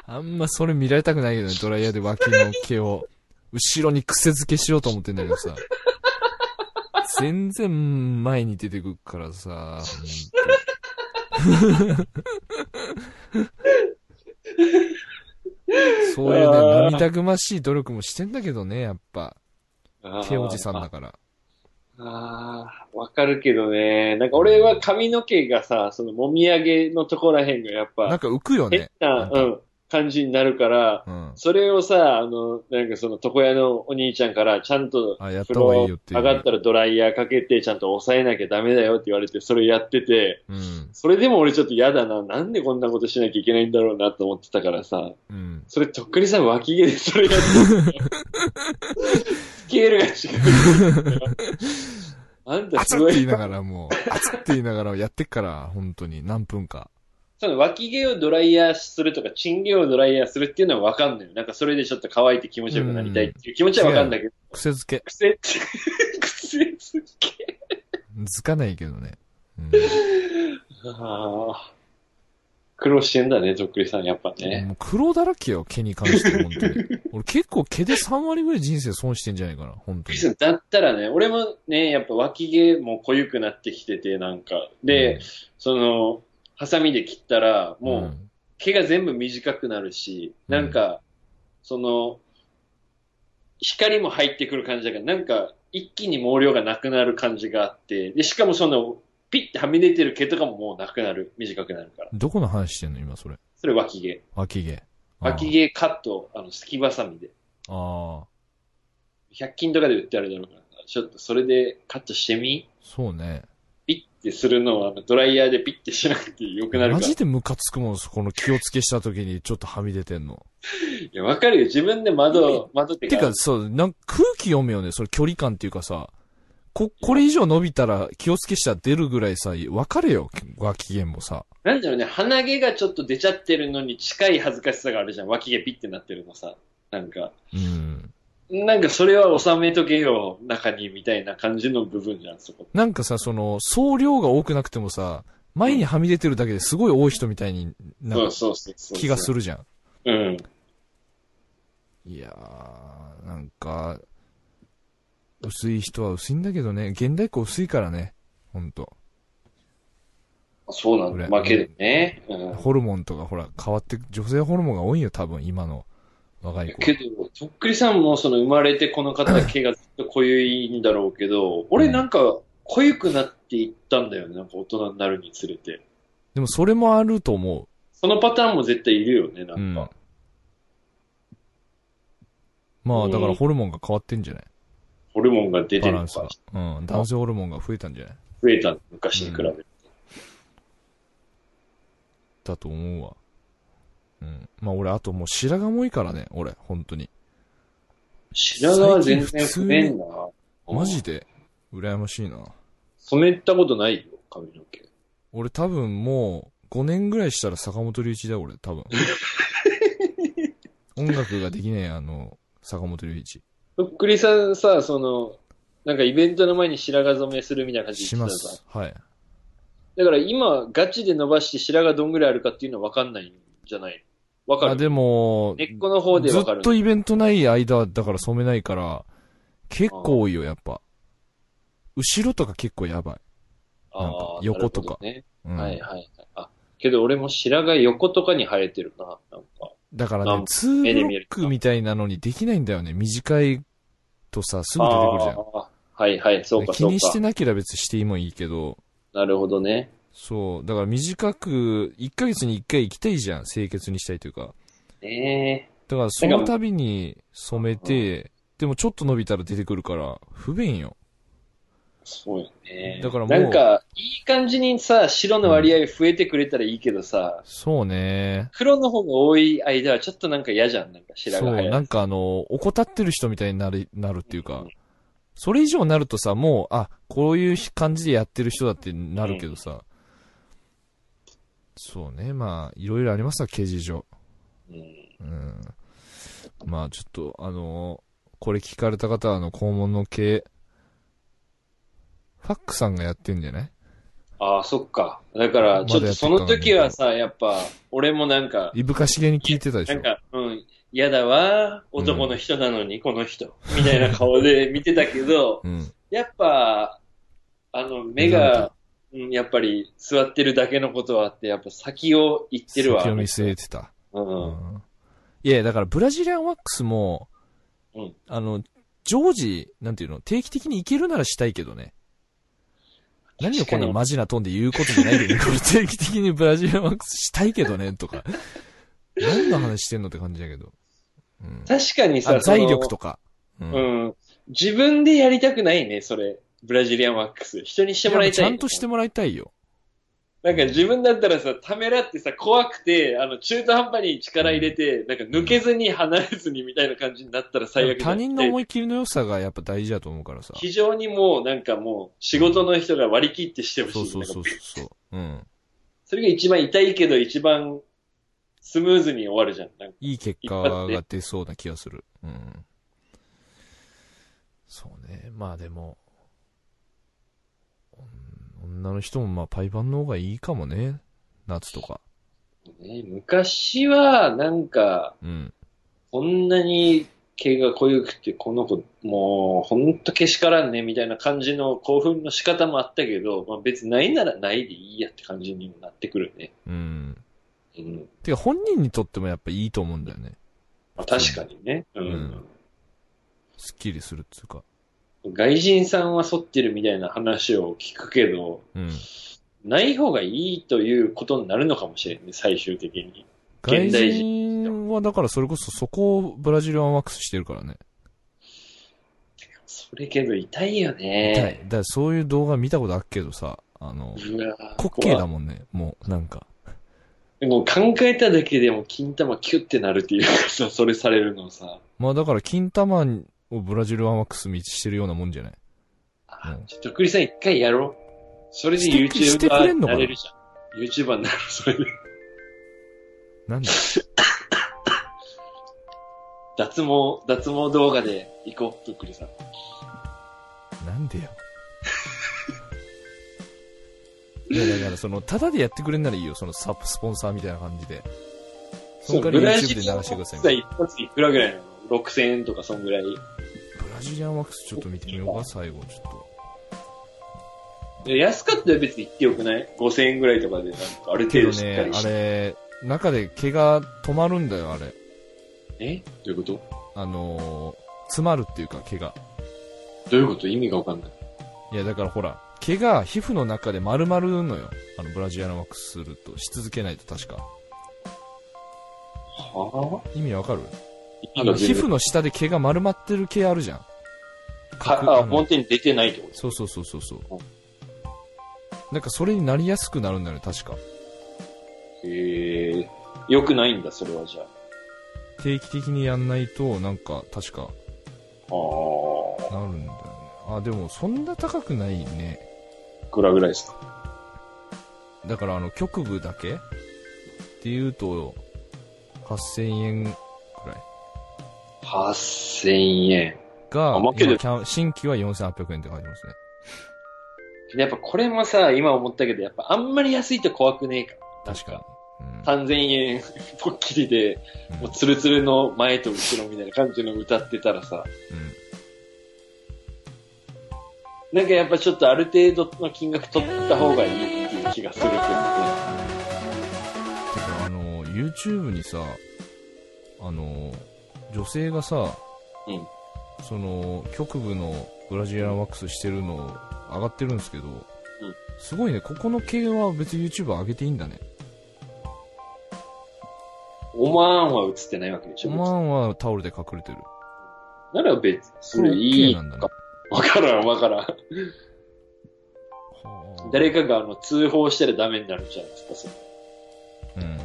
Speaker 1: あんまそれ見られたくない けどね、ドライヤーで脇の毛を。後ろに癖付けしようと思ってんだけどさ。全然前に出てくるからさ。ほんとそういうね、
Speaker 3: あー
Speaker 1: 涙ぐましい努力もしてんだけどね、やっぱ。毛おじさんだから。
Speaker 3: ああ、わかるけどね。なんか俺は髪の毛がさ、そのもみあげのとこらへんがやっ
Speaker 1: なん
Speaker 3: ぱ、
Speaker 1: か浮くよ
Speaker 3: 変
Speaker 1: ね。な
Speaker 3: な、
Speaker 1: ん
Speaker 3: う
Speaker 1: か
Speaker 3: ん、感じになるから、
Speaker 1: うん。
Speaker 3: それをさ、あの、なんかその床屋のお兄ちゃんから、ちゃんと、
Speaker 1: あ、やった
Speaker 3: 風
Speaker 1: 方がいい
Speaker 3: 呂
Speaker 1: よってい
Speaker 3: 上がっ
Speaker 1: う。
Speaker 3: たらドライヤーかけて、ちゃんと抑えなきゃダメだよって言われて、それやってて、
Speaker 1: うん。
Speaker 3: それでも俺ちょっと嫌だな。なんでこんなことしなきゃいけないんだろうなと思ってたからさ、
Speaker 1: うん。
Speaker 3: それとっくにさ、脇毛でそれやって た。スケールが違う。あんた
Speaker 1: 熱
Speaker 3: す
Speaker 1: っ
Speaker 3: ご
Speaker 1: て言
Speaker 3: い
Speaker 1: いながらもう、熱って言いながらやってっから、本当に、何分か。
Speaker 3: その脇毛をドライヤーするとか、チン毛をドライヤーするっていうのはわかんないよ。なんかそれでちょっと乾いて気持ちよくなりたいっていう気持ちはわかんないけど、
Speaker 1: 癖付け。
Speaker 3: 癖つ、 癖つけ。
Speaker 1: つかないけどね。うん
Speaker 3: ああ。苦労してんだね、とっくりさん、やっぱね。
Speaker 1: もう苦労だらけよ、毛に関しては、本当に。 俺結構毛で3割ぐらい人生損してんじゃないかな、本当に。
Speaker 3: だったらね、俺もね、やっぱ脇毛も濃ゆくなってきてて、なんか。で、その、ハサミで切ったら、
Speaker 1: うん、
Speaker 3: もう、
Speaker 1: ん
Speaker 3: 毛が全部短くなるし、なんか、その、光も入ってくる感じだから、なんか、一気に毛量がなくなる感じがあって、で、しかもその、ピッてはみ出てる毛とかももうなくなる。短くなるから。
Speaker 1: どこの話してんの、今それ。
Speaker 3: それ脇毛。
Speaker 1: 脇毛。あー
Speaker 3: 脇。毛カット、あの、すきばさみで。
Speaker 1: ああ、
Speaker 3: 100均とかで売ってあるだろうからさ、ちょっとそれでカットしてみ
Speaker 1: そうね。
Speaker 3: ピッてするのは、あのドライヤーでピッてしなくてよくなる
Speaker 1: マ
Speaker 3: から。
Speaker 1: ジ
Speaker 3: い
Speaker 1: でムカつくもん、そこの気をつけした時にちょっとはみ出てんの。
Speaker 3: や、わかるよ。自分で窓、窓って
Speaker 1: て
Speaker 3: か
Speaker 1: か、、そう、なんか空気読めよね、それ距離感っていうかさ、こ、これ以上伸びたら気をつけしたら出るぐらいさ、分かれよ、脇毛もさ。
Speaker 3: なんだろうね、鼻毛がちょっと出ちゃってるのに近い恥ずかしさがあるじゃん。脇毛ピッてなってるのさ。なんか、
Speaker 1: うん。
Speaker 3: なんかそれは収めとけよ、中に、みたいな感じの部分じゃん、そこ。
Speaker 1: なんかさ、その、総量が多くなくてもさ、前にはみ出てるだけですごい多い人みたいにな
Speaker 3: そ
Speaker 1: ん
Speaker 3: う
Speaker 1: か
Speaker 3: そうそうそう。
Speaker 1: 気がす
Speaker 3: る。
Speaker 1: るじゃん。
Speaker 3: うん。
Speaker 1: いやー、なんか、薄い人は薄いんだけどね、現代っ子薄いからね、ほんと。
Speaker 3: そうなんだ。
Speaker 1: 俺
Speaker 3: まあけどね。うん。
Speaker 1: ホルモンとかほら、変わって、女性ホルモンが多いよ、多分、今の若い子。
Speaker 3: けど、とっくりさんもその生まれてこの方毛がずっと濃ゆいんだろうけど、俺なんか濃ゆくなっていったんだよね。なんか大人になるにつれて。
Speaker 1: でもそれもあると思う。
Speaker 3: そのパターンも絶対いるよね、な
Speaker 1: うんん
Speaker 3: か。
Speaker 1: ま
Speaker 3: う
Speaker 1: あ、
Speaker 3: ん
Speaker 1: だからホルモンが変わってんじゃない
Speaker 3: ホルモンが出て
Speaker 1: バ
Speaker 3: る
Speaker 1: ラ
Speaker 3: の
Speaker 1: ンス
Speaker 3: か
Speaker 1: が。。うん。男性ホルモンが増えたんじゃない
Speaker 3: 増えたの昔に比べて。
Speaker 1: だと思うわ。うん。まあ俺、あともう白髪も多いからね、俺、本当に。
Speaker 3: 白髪は全然増えんな。
Speaker 1: マジで、羨ましいな。
Speaker 3: 染めたことないよ、髪の毛。
Speaker 1: 俺多分もう、 5年ぐらいしたら坂本龍一だよ、俺、 多分。音楽ができねえ、あの、坂本龍一。
Speaker 3: とっくりさんさ、その、なんかイベントの前に白髪染めするみたいな感じ
Speaker 1: し
Speaker 3: で言っ
Speaker 1: ま
Speaker 3: てたさ。
Speaker 1: す。はい。
Speaker 3: だから今、ガチで伸ばして白髪どんぐらいあるかっていうのは分かんないんじゃない分か
Speaker 1: あ、
Speaker 3: る
Speaker 1: でも、
Speaker 3: 根っこの方で
Speaker 1: ず
Speaker 3: 分か
Speaker 1: っ
Speaker 3: る。
Speaker 1: とイベントない間だから染めないから、結構多いよ、やっぱ。後ろとか結構やばい。なんか
Speaker 3: あー
Speaker 1: 横とか
Speaker 3: なるほ
Speaker 1: う
Speaker 3: どね
Speaker 1: ん
Speaker 3: はいはいはい。あ、けど俺も白髪横とかに生えてるな。なんか。
Speaker 1: だから
Speaker 3: な
Speaker 1: ね
Speaker 3: ん、
Speaker 1: ツー
Speaker 3: 目で
Speaker 1: ブロ
Speaker 3: 見え
Speaker 1: ッ
Speaker 3: る
Speaker 1: クみたいなのにできないんだよね。短いとさ、すぐ出てくるじゃん。
Speaker 3: あーはいはい、そうか
Speaker 1: 気
Speaker 3: そう
Speaker 1: にして
Speaker 3: か。
Speaker 1: なければ別にしてもいいけど、
Speaker 3: なるほどね。
Speaker 1: そう、だから短く、1ヶ月に1回行きたいじゃん。清潔にしたいというか。
Speaker 3: ね
Speaker 1: だからその度に染めて、でもちょっと伸びたら出てくるから、不便よ。
Speaker 3: え、そうよね。
Speaker 1: だからもう
Speaker 3: なんか、いい感じにさ、白の割合増えてくれたらいいけどさ、
Speaker 1: そうね。
Speaker 3: 黒の方が多い間はちょっとなんか嫌じゃん。なんか白
Speaker 1: そ
Speaker 3: 髪生
Speaker 1: う、
Speaker 3: え
Speaker 1: なんかあの、怠ってる人みたいになる、なるっていうか
Speaker 3: うん、
Speaker 1: それ以上になるとさ、もう、あ、こういう感じでやってる人だってなるけどさ、そうね、まあ、いろいろありますわ、刑事上。
Speaker 3: うん
Speaker 1: うん。まあ、ちょっと、あの、これ聞かれた方は、あの、肛門の系、ファックさんがやってんじゃない
Speaker 3: ああ、そっか。だから、ちょっとその時はさ、やっぱ、俺もなんか、
Speaker 1: いぶかしげに聞いてたでし
Speaker 3: な
Speaker 1: ょ
Speaker 3: ん。か、うん、嫌だわ、男の人なのに、この人、みたいな顔で見てたけど、
Speaker 1: うん。
Speaker 3: やっぱ、あの、目が、うん、やっぱり、座ってるだけのことはあって、やっぱ先を行ってるわ。
Speaker 1: 先を見据えてた。
Speaker 3: うん。
Speaker 1: いや、だからブラジリアンワックスも、
Speaker 3: うん
Speaker 1: あの、常時、なんていうの、定期的に行けるならしたいけどね。何をこんなマジなトーンで言うことじゃないけど、 これ定期的にブラジリアンワックスしたいけどね、とか。何の話してんのって感じだけど。うん、
Speaker 3: 確かに
Speaker 1: あ
Speaker 3: さ、
Speaker 1: 財力と
Speaker 3: か、
Speaker 1: か。うん
Speaker 3: うん。自分でやりたくないね、それ。ブラジリアンワックス。人にしてもらいたい。
Speaker 1: やちゃんとしてもらいたいよ。
Speaker 3: なんか自分だったらさ、ためらってさ、怖くて、あの、中途半端に力入れて、なんか抜けずに離れずにみたいな感じになったら最悪だ
Speaker 1: 他人の思い切りの良さがやっぱ大事だと思うからさ。
Speaker 3: 非常にもう、なんかもう、仕事の人が割り切ってしてほしい。
Speaker 1: そうそう
Speaker 3: な
Speaker 1: そ
Speaker 3: ん
Speaker 1: う
Speaker 3: か
Speaker 1: そう。うん。
Speaker 3: それが一番痛いけど、一番スムーズに終わるじゃん。なんか
Speaker 1: いい結果が出そうな気がする。うん。そうね。まあでも、うん女の人もまあパイパンの方がいいかもね。夏とか。
Speaker 3: ね、昔は、なんか、
Speaker 1: うん。
Speaker 3: こんなに毛が濃ゆくて、この子、もう、ほんとけしからんね、みたいな感じの興奮の仕方もあったけど、まあ別にないならないでいいやって感じにもなってくるね。
Speaker 1: うん。
Speaker 3: うん。
Speaker 1: てか本人にとってもやっぱいいと思うんだよね。
Speaker 3: まあ確かにね。うん。
Speaker 1: すっきりするっつうか。
Speaker 3: 外人さんは剃ってるみたいな話を聞くけど、
Speaker 1: うん。
Speaker 3: ない方がいいということになるのかもしれない、最終的に。
Speaker 1: 外
Speaker 3: 現代
Speaker 1: 人はだからそれこそそこをブラジルアンワックスしてるからね。
Speaker 3: それけど痛いよ
Speaker 1: 痛い
Speaker 3: ね。
Speaker 1: だからそういう動画見たことあっけどさ、あの、
Speaker 3: うわぁ
Speaker 1: 滑稽だもんね。もうなんか。
Speaker 3: もう考えただけでも金玉キュッてなるっていうかさ、それされるのさ。
Speaker 1: まあだから、金玉をブラジルワンワックス道してるようなもんじゃない
Speaker 3: あ
Speaker 1: うん
Speaker 3: ちょっと栗さん一回やろう。それで
Speaker 1: してくしてくれ
Speaker 3: YouTuber
Speaker 1: ん
Speaker 3: に
Speaker 1: のか
Speaker 3: な
Speaker 1: な
Speaker 3: れるじゃん。YouTuber になる、それで。
Speaker 1: なんだ
Speaker 3: 脱毛、脱毛動画で行こう、とっくりさん。
Speaker 1: なんでよ。いやだから、その、ただでやってくれんならいいよ。そのサプスポンサーみたいな感じで。その代わり YouTube で流してくださいみ
Speaker 3: ブ
Speaker 1: た
Speaker 3: ラ
Speaker 1: い
Speaker 3: ジルの一発いくらぐらいなの ?6000 円とか、そんぐらい。
Speaker 1: な。ブラジリアンワックスちょっと見てみようか、最後、ちょっと。
Speaker 3: いや安かったら別に行ってよくない ?5000 円ぐらいとかで、なんかある
Speaker 1: け
Speaker 3: 程
Speaker 1: ど
Speaker 3: 度しっか
Speaker 1: ね
Speaker 3: り、
Speaker 1: あ
Speaker 3: して。
Speaker 1: れ、中で毛が止まるんだよ、あれ。
Speaker 3: えどういうこと
Speaker 1: あのー、詰まるっていうか、毛が。
Speaker 3: どういうこと意味がわかんない。
Speaker 1: いや、だからほら、毛が皮膚の中で丸まるのよ。あの、ブラジリアンワックスすると、し続けないと確か。
Speaker 3: は
Speaker 1: 意味わかる
Speaker 3: あ
Speaker 1: あの皮膚の下で毛が丸まってる毛あるじゃん。
Speaker 3: か、あ、
Speaker 1: の
Speaker 3: 表に出てないってこ
Speaker 1: そうそうそうそうそう。なんかそれになりやすくなるんだよね、確か。
Speaker 3: とへえ。よくないんだ、それはじゃあ。
Speaker 1: 定期的にやんないと、なんか確か
Speaker 3: あ
Speaker 1: なるんだよね。あ、でもそんな高くないね。
Speaker 3: あ。いくらぐらいですか
Speaker 1: だからあの、局部だけっていうと、8000円くらい
Speaker 3: 8000円。
Speaker 1: が、
Speaker 3: あまあ
Speaker 1: 今
Speaker 3: けど
Speaker 1: キャン新規は4800円って書いてますね。
Speaker 3: やっぱこれもさ、今思ったけど、やっぱあんまり安いと怖くねえか。
Speaker 1: 確かに。うん
Speaker 3: 3000円ぽっきりで、もうツルツルの前と後ろみたいな感じの歌ってたらさ、
Speaker 1: うん
Speaker 3: なんかやっぱちょっとある程度の金額取った方がいいっていう気がするけど
Speaker 1: て
Speaker 3: ね。
Speaker 1: かあの YouTube にさあの女性がさ、
Speaker 3: うん
Speaker 1: その局部のブラジリアンワックスしてるの上がってるんですけど、すごいねここの系は別に YouTube 上げていいんだね
Speaker 3: オマーンは映ってないわけでし
Speaker 1: オ
Speaker 3: ょ
Speaker 1: マーンはタオルで隠れてる
Speaker 3: なら別に、そ
Speaker 1: これ
Speaker 3: れい
Speaker 1: OK
Speaker 3: い
Speaker 1: なんだ
Speaker 3: の
Speaker 1: ね
Speaker 3: か。わからんわからん。
Speaker 1: はあ
Speaker 3: 誰かがあの通報したらダメになるじゃないですか、それ
Speaker 1: うん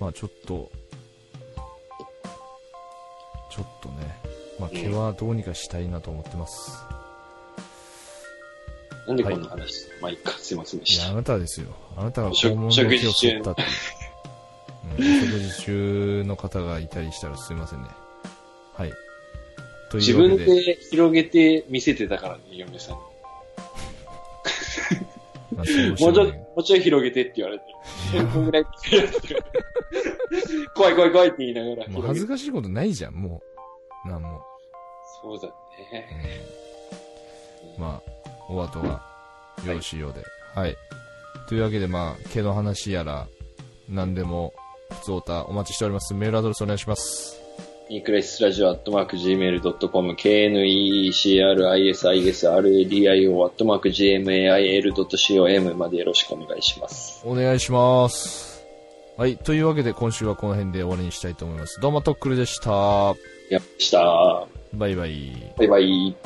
Speaker 1: まあちょっとちょっとね、まあ、毛はどうにかしたいなと思ってます、
Speaker 3: なんでこんな話する、まあ、いっか、すいませんで
Speaker 1: い
Speaker 3: し
Speaker 1: や、
Speaker 3: た
Speaker 1: あ。なたですよ。あなたが
Speaker 3: 食
Speaker 1: 訪問の
Speaker 3: 食
Speaker 1: 気を
Speaker 3: 事
Speaker 1: 取
Speaker 3: 中
Speaker 1: ったっていう。うん、食事中の方がいたりしたらすいませんね。はい。とい
Speaker 3: 自
Speaker 1: うわけ
Speaker 3: 分
Speaker 1: で、
Speaker 3: で広げて見せてたからね、嫁さんに。
Speaker 1: まあそうしよ
Speaker 3: もう
Speaker 1: う
Speaker 3: ちょい、
Speaker 1: ね
Speaker 3: もうちょい広げてって言わ れて。こんぐらい。怖い怖い怖いって言いながら
Speaker 1: もう恥
Speaker 3: 広げ
Speaker 1: ず
Speaker 3: て。
Speaker 1: かしいことないじゃん、もう。なんも。
Speaker 3: そうだ
Speaker 1: う
Speaker 3: ね。
Speaker 1: ん、まあ、お後がよろしいようで。はい。というわけで、まあ、毛の話やら、何でも、普通おたお待ちしております。メールアドレスお願いします。
Speaker 3: ニークレスラジオアットマーク Gmail.com、KNEECRISISRADIO アットマーク GMAIL.com までよろしくお願いします。
Speaker 1: お願いします。はい。というわけで今週はこの辺で終わりにしたいと思います。どうもとっくるでした。
Speaker 3: やっでした。
Speaker 1: バイバイ。
Speaker 3: バイバイ。